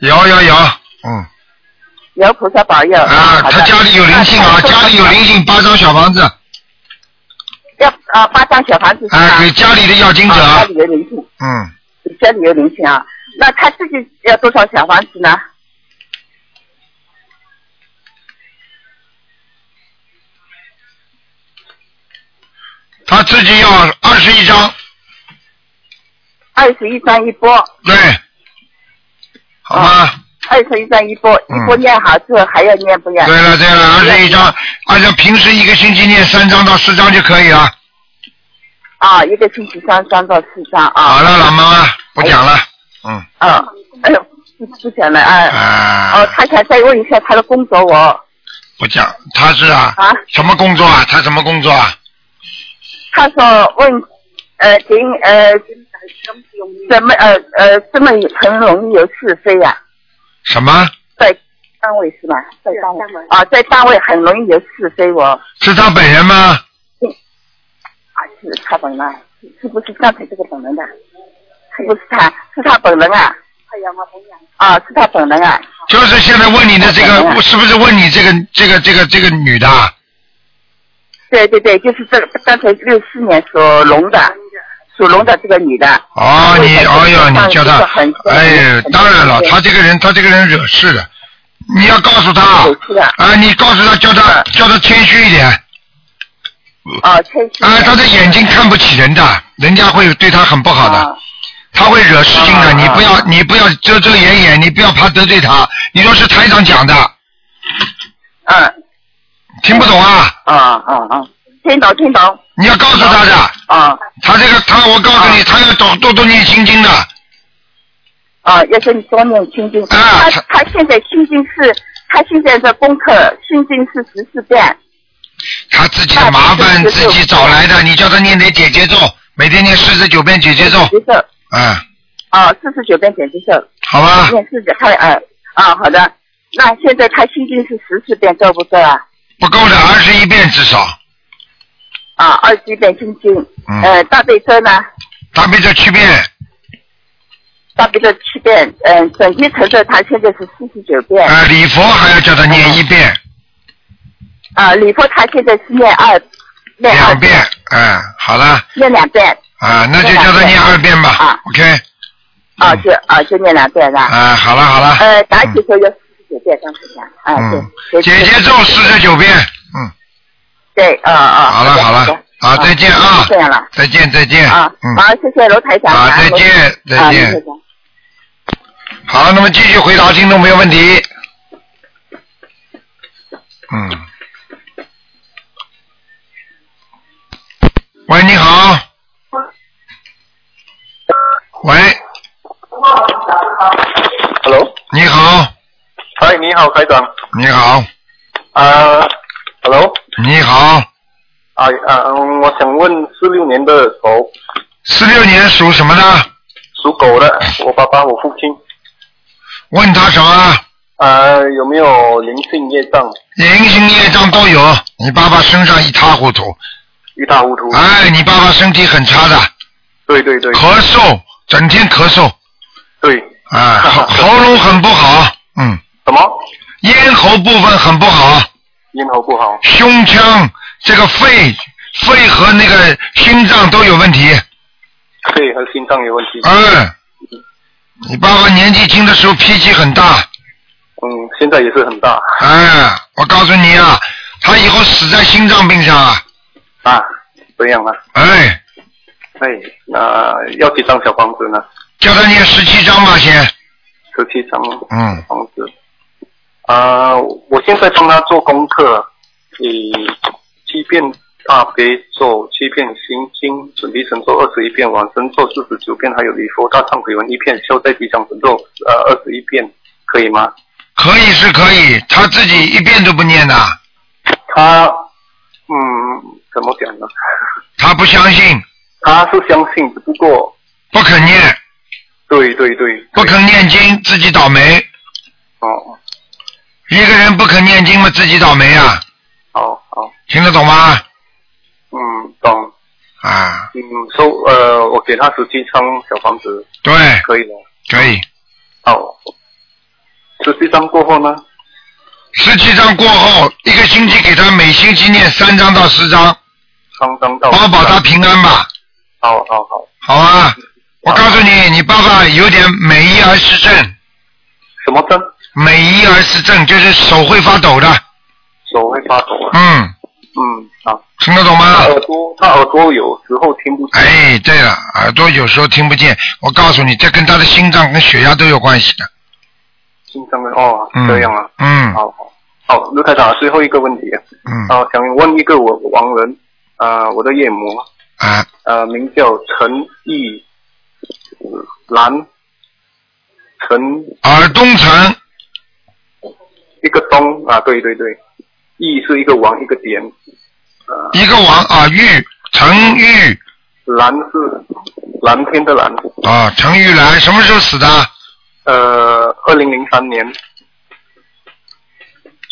Speaker 1: 有有有，嗯，
Speaker 2: 有菩萨保佑。
Speaker 1: 啊，
Speaker 2: 好的
Speaker 1: 他家里有灵性啊，家里有灵性，八张小房子，
Speaker 2: 要啊、八张小房子是吧。
Speaker 1: 哎给家里的要经者
Speaker 2: 啊家里有灵性，
Speaker 1: 嗯，
Speaker 2: 家里有灵性啊。那他自己要多少小房子呢？
Speaker 1: 他自己要二十一张，
Speaker 2: 二十一张一波。
Speaker 1: 对，好吗？
Speaker 2: 二十一张一波，一波念好之后还要念不念？
Speaker 1: 嗯对了对了，二十一张，按照平时一个星期念三张到四张就可以了。
Speaker 2: 啊，一个星期三张到四张啊。
Speaker 1: 好了，老妈妈不讲了，嗯，
Speaker 2: 嗯，哎呦，不不讲了啊。
Speaker 1: 啊，
Speaker 2: 哦，他想再问一下他的工作哦我，
Speaker 1: 不讲，他是啊，
Speaker 2: 啊
Speaker 1: 什么工作啊？他什么工作啊？
Speaker 2: 他说问，呃，怎呃，怎么呃呃，这么很容易有是非啊呀、
Speaker 1: 什么？
Speaker 2: 在单位是吧？在单位啊，在单位很容易有是非我，嗯
Speaker 1: 是他本人吗？
Speaker 2: 啊，是他本人啊，是不是刚才这个本人的？是不是他？是他本人啊？
Speaker 5: 哎
Speaker 2: 啊，是他本人啊？
Speaker 1: 就是现在问你的这
Speaker 2: 本人啊
Speaker 1: 个，是不是问你这个这个这个这个女的啊？
Speaker 2: 对对对，就是这个刚才六四年属龙的，属龙的这个女的。
Speaker 1: 哦，你，哎呦，
Speaker 2: 上
Speaker 1: 你叫
Speaker 2: 次
Speaker 1: 他
Speaker 2: 是很，
Speaker 1: 哎，当然了，
Speaker 2: 对
Speaker 1: 他这个人，他这个人惹事了，你要告诉他
Speaker 2: 惹事了，嗯
Speaker 1: 啊，你告诉他，叫他叫他谦虚一点，
Speaker 2: 哦，谦虚。
Speaker 1: 啊，他的眼睛看不起人的，人家会对他很不好
Speaker 2: 哦
Speaker 1: 的，他会惹事情的，你不要你不要遮遮掩掩，你不要怕得罪他。你说是台长讲的，
Speaker 2: 嗯，
Speaker 1: 听不懂啊？
Speaker 2: 啊啊啊，听懂听懂。
Speaker 1: 你要告诉他的，
Speaker 2: 啊
Speaker 1: 他这个他，我告诉你，他要多多多念心经的，啊
Speaker 2: 啊，要跟你多念心经。他他现在心经是，他现在的功课心经是十四遍。
Speaker 1: 他自己的麻烦自己找来的。你叫他念点姐姐咒，每天念四十九遍姐姐咒，
Speaker 2: 接受
Speaker 1: 嗯，
Speaker 2: 啊，四十九遍减接受。
Speaker 1: 好吧？
Speaker 2: 念四十，看呃啊，好的。那现在他心经是十四遍，够不够啊？
Speaker 1: 不够的，二十一遍至少。
Speaker 2: 啊，二十一遍心经。
Speaker 1: 嗯
Speaker 2: 呃，大悲咒呢？
Speaker 1: 大悲咒七遍，
Speaker 2: 大悲咒七遍，嗯、整体成咒他现在是四十九遍。
Speaker 1: 呃，礼佛还要叫他念一遍、
Speaker 2: 啊，礼佛他现在是念二，念二
Speaker 1: 两遍，嗯，好了，
Speaker 2: 念两遍。
Speaker 1: 啊，那就叫他念二遍吧
Speaker 2: 啊
Speaker 1: ，OK，
Speaker 2: 啊，就啊就念两遍是吧？
Speaker 1: 啊，好了好了，
Speaker 2: 呃，打起说要四十九遍，当时讲，啊
Speaker 6: 哦
Speaker 1: 嗯，
Speaker 2: 对。
Speaker 1: 姐姐咒四十九遍，嗯，
Speaker 2: 对，啊啊。
Speaker 1: 好了好了，好，再见啊，
Speaker 2: 这样哦了。
Speaker 1: 再见再见，
Speaker 2: 啊，
Speaker 1: 嗯，
Speaker 2: 好，谢谢罗台长。
Speaker 1: 好再见
Speaker 2: 罗啊
Speaker 1: 再见
Speaker 2: 罗台长
Speaker 1: 好，那么继续回答听众朋友问题，嗯，喂，你好，喂，
Speaker 11: Hello，
Speaker 1: 你好，
Speaker 11: 嗨，你好，台长。
Speaker 1: 你好，
Speaker 11: 啊、h e l l o
Speaker 1: 你好，
Speaker 11: 啊啊，嗯我想问四六年的狗，
Speaker 1: 四六年属什么的？
Speaker 11: 属狗的，我爸爸，我父亲，
Speaker 1: 问他什么？
Speaker 11: 啊、有没有灵性业障？
Speaker 1: 灵性业障都有，你爸爸身上一塌糊涂，
Speaker 11: 一塌糊涂。
Speaker 1: 哎，你爸爸身体很差的，
Speaker 11: 对对对，
Speaker 1: 咳嗽，整天咳嗽，
Speaker 11: 对，
Speaker 1: 啊，喉喉咙很不好，嗯，
Speaker 11: 什么？
Speaker 1: 咽喉部分很不好，
Speaker 11: 咽喉不好，
Speaker 1: 胸腔这个肺肺和那个心脏都有问题，
Speaker 11: 肺和心脏有问题。
Speaker 1: 嗯，你爸爸年纪轻的时候脾气很大，
Speaker 11: 嗯，现在也是很大
Speaker 1: 哎，我告诉你啊，他以后死在心脏病上啊，
Speaker 11: 啊，这样啊。
Speaker 1: 哎，
Speaker 11: 哎，那要几张小房子呢？
Speaker 1: 叫他念十七章吧，先。
Speaker 11: 十七张
Speaker 1: 嗯，
Speaker 11: 房子。啊、我现在帮他做功课，以七遍大悲咒、七遍心经、准提神咒二十一遍、往生咒四十九遍，还有礼佛大忏悔文一片，消灾吉祥神咒呃二十一遍，可以吗？
Speaker 1: 可以是可以，他自己一遍都不念的，
Speaker 11: 他嗯，怎么讲呢？
Speaker 1: 他不相信，
Speaker 11: 他是相信，只不过
Speaker 1: 不肯念，
Speaker 11: 对对对，
Speaker 1: 不肯念经，自己倒霉。
Speaker 11: 哦，
Speaker 1: 一个人不肯念经嘛，自己倒霉啊，
Speaker 11: 好好，
Speaker 1: 听得懂吗？
Speaker 11: 嗯，懂。
Speaker 1: 啊，
Speaker 11: 嗯，收、呃，我给他十七张小房子，
Speaker 1: 对，
Speaker 11: 可以了。
Speaker 1: 可以。
Speaker 11: 好，十七张过后呢？
Speaker 1: 十七章过后，哦一个星期给他每星期念三章到十章，
Speaker 11: 刚刚到。
Speaker 1: 帮我保他平安吧，
Speaker 11: 好好好，
Speaker 1: 好啊。我告诉你，你爸爸有点美伊尔氏症。
Speaker 11: 什么症？
Speaker 1: 美伊尔氏症就是手会发抖的，
Speaker 11: 手会发抖啊。
Speaker 1: 嗯，
Speaker 11: 嗯，好。
Speaker 1: 听得懂吗？
Speaker 11: 他耳朵，他耳朵有时候听不见。
Speaker 1: 哎，对了，耳朵有时候听不见，我告诉你，这跟他的心脏跟血压都有关系的。
Speaker 11: 心脏的哦，
Speaker 1: 嗯
Speaker 11: 这样啊。
Speaker 1: 嗯
Speaker 11: 好好好，卢台长，最后一个问题啊，
Speaker 1: 嗯
Speaker 11: 啊，想问一个我亡人啊、我的夜魔
Speaker 1: 啊，
Speaker 11: 呃，名叫陈义呃兰，陈
Speaker 1: 耳东城
Speaker 11: 一个东啊，对对对，义是一个王一个点，呃
Speaker 1: 一个王啊，玉陈玉
Speaker 11: 蓝是蓝天的蓝，
Speaker 1: 啊，陈玉兰什么时候死的？
Speaker 11: 呃，二零零三年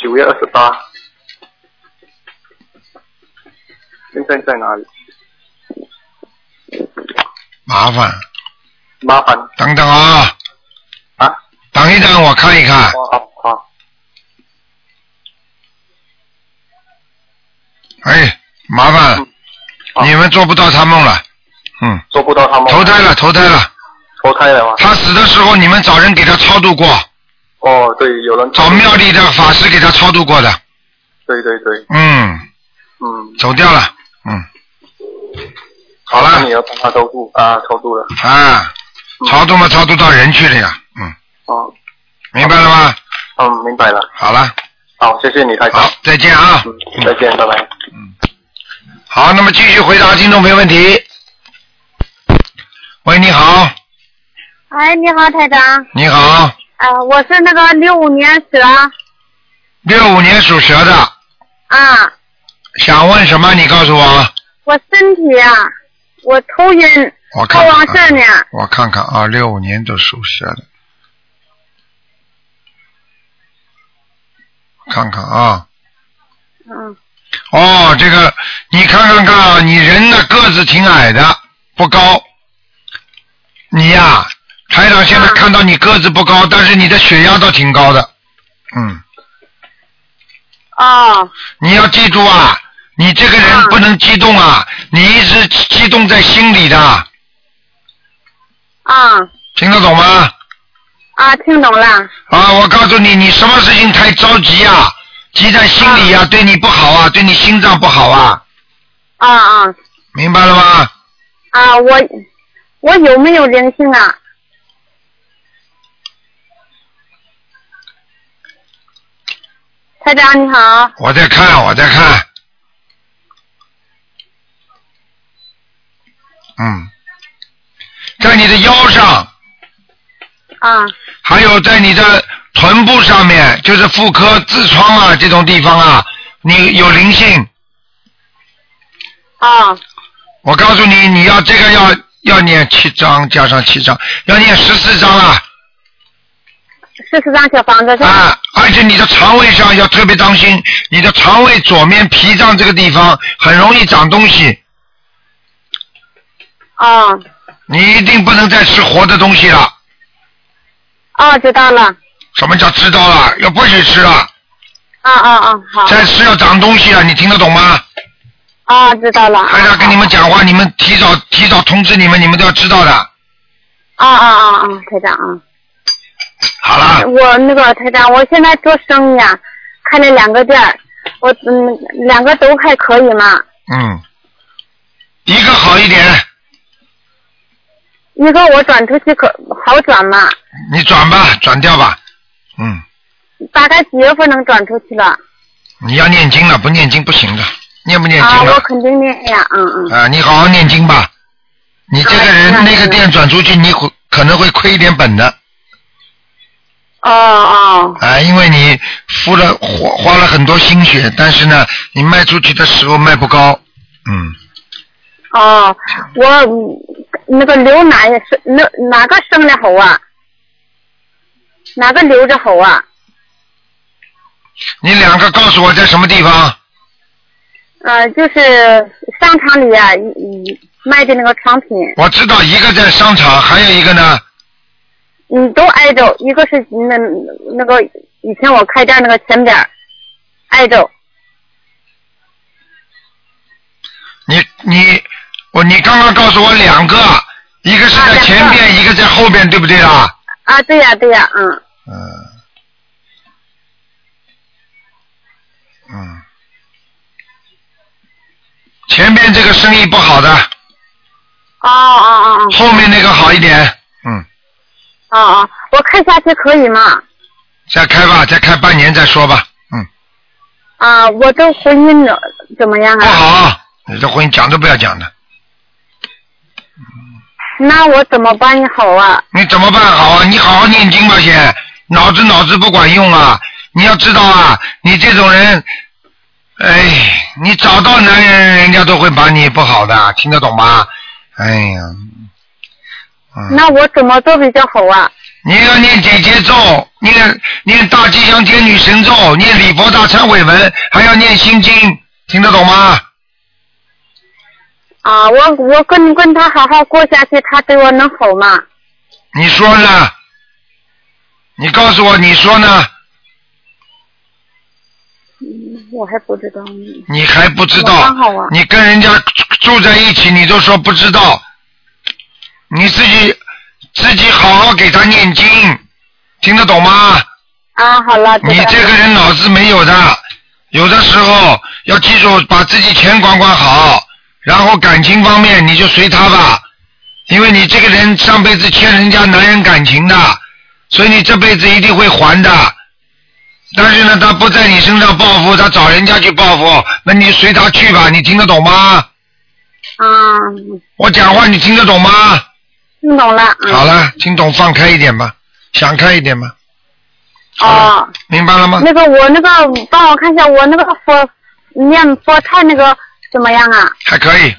Speaker 11: 九月二十八，现在在哪里？
Speaker 1: 麻烦，
Speaker 11: 麻烦
Speaker 1: 等等啊。
Speaker 11: 啊。
Speaker 1: 等一等，我看一看。
Speaker 11: 好好好，
Speaker 1: 哎，麻烦
Speaker 11: 嗯
Speaker 1: 了，你们做不到他梦了，嗯，
Speaker 11: 做不到他们
Speaker 1: 投胎了，投胎了。
Speaker 11: 投胎了吗？
Speaker 1: 他死的时候，你们找人给他超度过，
Speaker 11: 哦，对，有人
Speaker 1: 找庙里的法师给他超度过的，
Speaker 11: 对对对，
Speaker 1: 嗯，
Speaker 11: 嗯，
Speaker 1: 走掉了
Speaker 11: 好了，你要帮他超度啊，超度了，
Speaker 1: 啊，
Speaker 11: 嗯
Speaker 1: 超度嘛，超度到人去了呀，
Speaker 11: 哦，
Speaker 1: 明白了吗？
Speaker 11: 嗯，明白了，
Speaker 1: 好了，
Speaker 11: 好，谢谢你，台长，嗯
Speaker 1: 再见啊。
Speaker 11: 再见，拜拜。
Speaker 1: 好，那么继续回答听众朋友问题。喂，你好，
Speaker 12: 哎，你好，台长。
Speaker 1: 你好，
Speaker 12: 啊、我是那个六五年蛇
Speaker 1: 六五年属蛇的，
Speaker 12: 啊，
Speaker 1: 想问什么？你告诉我，
Speaker 12: 我身体啊，我头晕，
Speaker 1: 我
Speaker 12: 头
Speaker 1: 看看
Speaker 12: 往
Speaker 1: 啊
Speaker 12: 上呢。
Speaker 1: 我看看啊，六五年都属蛇的，看看啊，
Speaker 12: 嗯，
Speaker 1: 哦，这个你看看看啊，你人的个子挺矮的，不高。你呀、台长现在看到你个子不高，但是你的血压倒挺高的。嗯，
Speaker 12: 哦，
Speaker 1: 你要记住啊，你这个人不能激动啊，你一直激动在心里的，
Speaker 12: 啊
Speaker 1: 听得懂吗？
Speaker 12: 啊，听懂了。
Speaker 1: 啊，我告诉你，你什么事情太着急啊，急在心里呀、对你不好啊，对你心脏不好啊，
Speaker 12: 啊啊
Speaker 1: 明白了吗？
Speaker 12: 啊，我我有没有灵性啊？台长你好，
Speaker 1: 我在看，我在看。嗯，在你的腰上，
Speaker 12: 啊
Speaker 1: 还有在你的臀部上面，就是妇科痔疮啊这种地方啊，你有灵性。
Speaker 12: 啊
Speaker 1: 我告诉你，你要这个要要念七章，加上七章，要念十四章啊，
Speaker 12: 四十张小房子是吧？
Speaker 1: 而且你的肠胃上要特别当心，你的肠胃左面脾脏这个地方很容易长东西。
Speaker 12: 啊
Speaker 1: 你一定不能再吃活的东西了。
Speaker 12: 哦，知道了。
Speaker 1: 什么叫知道了？要不许吃了，
Speaker 12: 啊啊啊，好
Speaker 1: 再吃要长东西了，你听得懂吗？
Speaker 12: 啊，知道了。
Speaker 1: 台长跟你们讲话，你们提早提早通知你们，你们都要知道的。
Speaker 12: 啊啊啊啊，台长啊。
Speaker 1: 好了。
Speaker 12: 我那个台长，我现在做生意啊，开了两个店儿，我嗯，两个都还可以嘛。
Speaker 1: 嗯，一个好一点，
Speaker 12: 你说我转出去可好转吗？
Speaker 1: 你转吧，转掉吧。嗯，
Speaker 12: 大概几月份能转出去了？
Speaker 1: 你要念经了，不念经不行的，念不念经
Speaker 12: 啊，
Speaker 1: 了
Speaker 12: 我？肯定念呀，嗯嗯。
Speaker 1: 啊，你好好念经吧。你这个人那个店转出去，你可可能会亏一点本的
Speaker 12: 哦哦，
Speaker 1: 啊，因为你付了花花了很多心血，但是呢，你卖出去的时候卖不高，嗯，
Speaker 12: 哦，我嗯那个牛奶是那哪个生的猴啊？哪个留着猴啊？
Speaker 1: 你两个告诉我在什么地方？
Speaker 12: 呃，就是商场里啊，一一卖的那个产品，
Speaker 1: 我知道一个在商场，还有一个呢，
Speaker 12: 嗯，都挨着，一个是那那个以前我开店那个前边儿挨着，
Speaker 1: 你你我你刚刚告诉我两个，一个是在前边，一个在后边，对不对啦？
Speaker 12: 啊，对呀、对呀、嗯，
Speaker 1: 嗯嗯，前边这个生意不好的，
Speaker 12: 哦哦哦哦，
Speaker 1: 后面那个好一点，
Speaker 12: 哦哦，我看下去可以吗？
Speaker 1: 再开吧，再开半年再说吧。
Speaker 12: 啊，我这婚姻怎怎么样啊？不
Speaker 1: 好，你这婚姻讲都不要讲的，
Speaker 12: 那我怎么办好啊？
Speaker 1: 你怎么办好啊？你好好念经吧，先，脑子脑子不管用啊！你要知道啊，你这种人，哎，你找到男人，人家都会把你不好的，听得懂吗？哎呀，嗯
Speaker 12: 那我怎么做比较好啊？
Speaker 1: 你要念姐姐咒，念念大吉祥天女神咒，念礼佛大忏悔文，还要念心经，听得懂吗？
Speaker 12: 啊，我我跟跟他好好过下去，他对我能好吗？
Speaker 1: 你说呢？你告诉我，你说呢？
Speaker 12: 嗯，我还不知道呢。
Speaker 3: 嗯
Speaker 1: 你还不知
Speaker 12: 我
Speaker 1: 道
Speaker 12: 刚好啊，
Speaker 1: 你跟人家住在一起，你都说不知道，你自己自己好好给他念经，听得懂吗？
Speaker 12: 啊，好了，
Speaker 1: 你这个人脑子没有的，有的时候要记住把自己钱管管好，然后感情方面你就随他吧，因为你这个人上辈子欠人家男人感情的，所以你这辈子一定会还的。但是呢，他不在你身上报复，他找人家去报复，那你随他去吧，你听得懂吗？
Speaker 12: 啊，
Speaker 1: 我讲话你听得懂吗？
Speaker 12: 听懂了。
Speaker 1: 好了，听懂放开一点吧，想开一点吧，
Speaker 12: 哦，
Speaker 1: 明白了吗？
Speaker 12: 那个我那个帮我看一下，我那个佛念佛太那个怎么样啊？
Speaker 1: 还可以，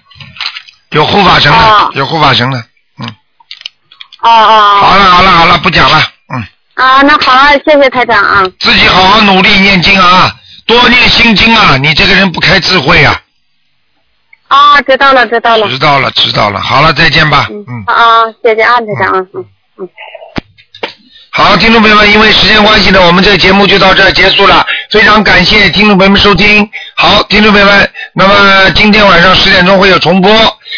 Speaker 1: 有护法神了
Speaker 12: 哦，
Speaker 1: 有护法神了。
Speaker 12: 哦哦
Speaker 1: 好了好了好了，不讲了，
Speaker 12: 啊，那好啊，谢谢台长啊。
Speaker 1: 自己好好努力念经啊，多念心经啊。你这个人不开智慧啊，
Speaker 12: 啊，知道了知道了。
Speaker 1: 知道了知道了。好了，再见吧。嗯，
Speaker 12: 啊，啊谢谢啊，台长啊。嗯
Speaker 1: 好，听众朋友们，因为时间关系呢，我们这个节目就到这儿结束了。非常感谢听众朋友们收听。好，听众朋友们，那么今天晚上十点钟会有重播，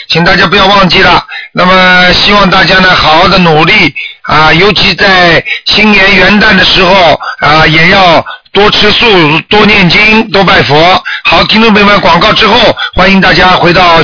Speaker 1: 请大家不要忘记了。那么希望大家呢好好的努力啊，尤其在新年元旦的时候啊，也要多吃素、多念经、多拜佛。好，听众朋友们，广告之后，欢迎大家回到节目。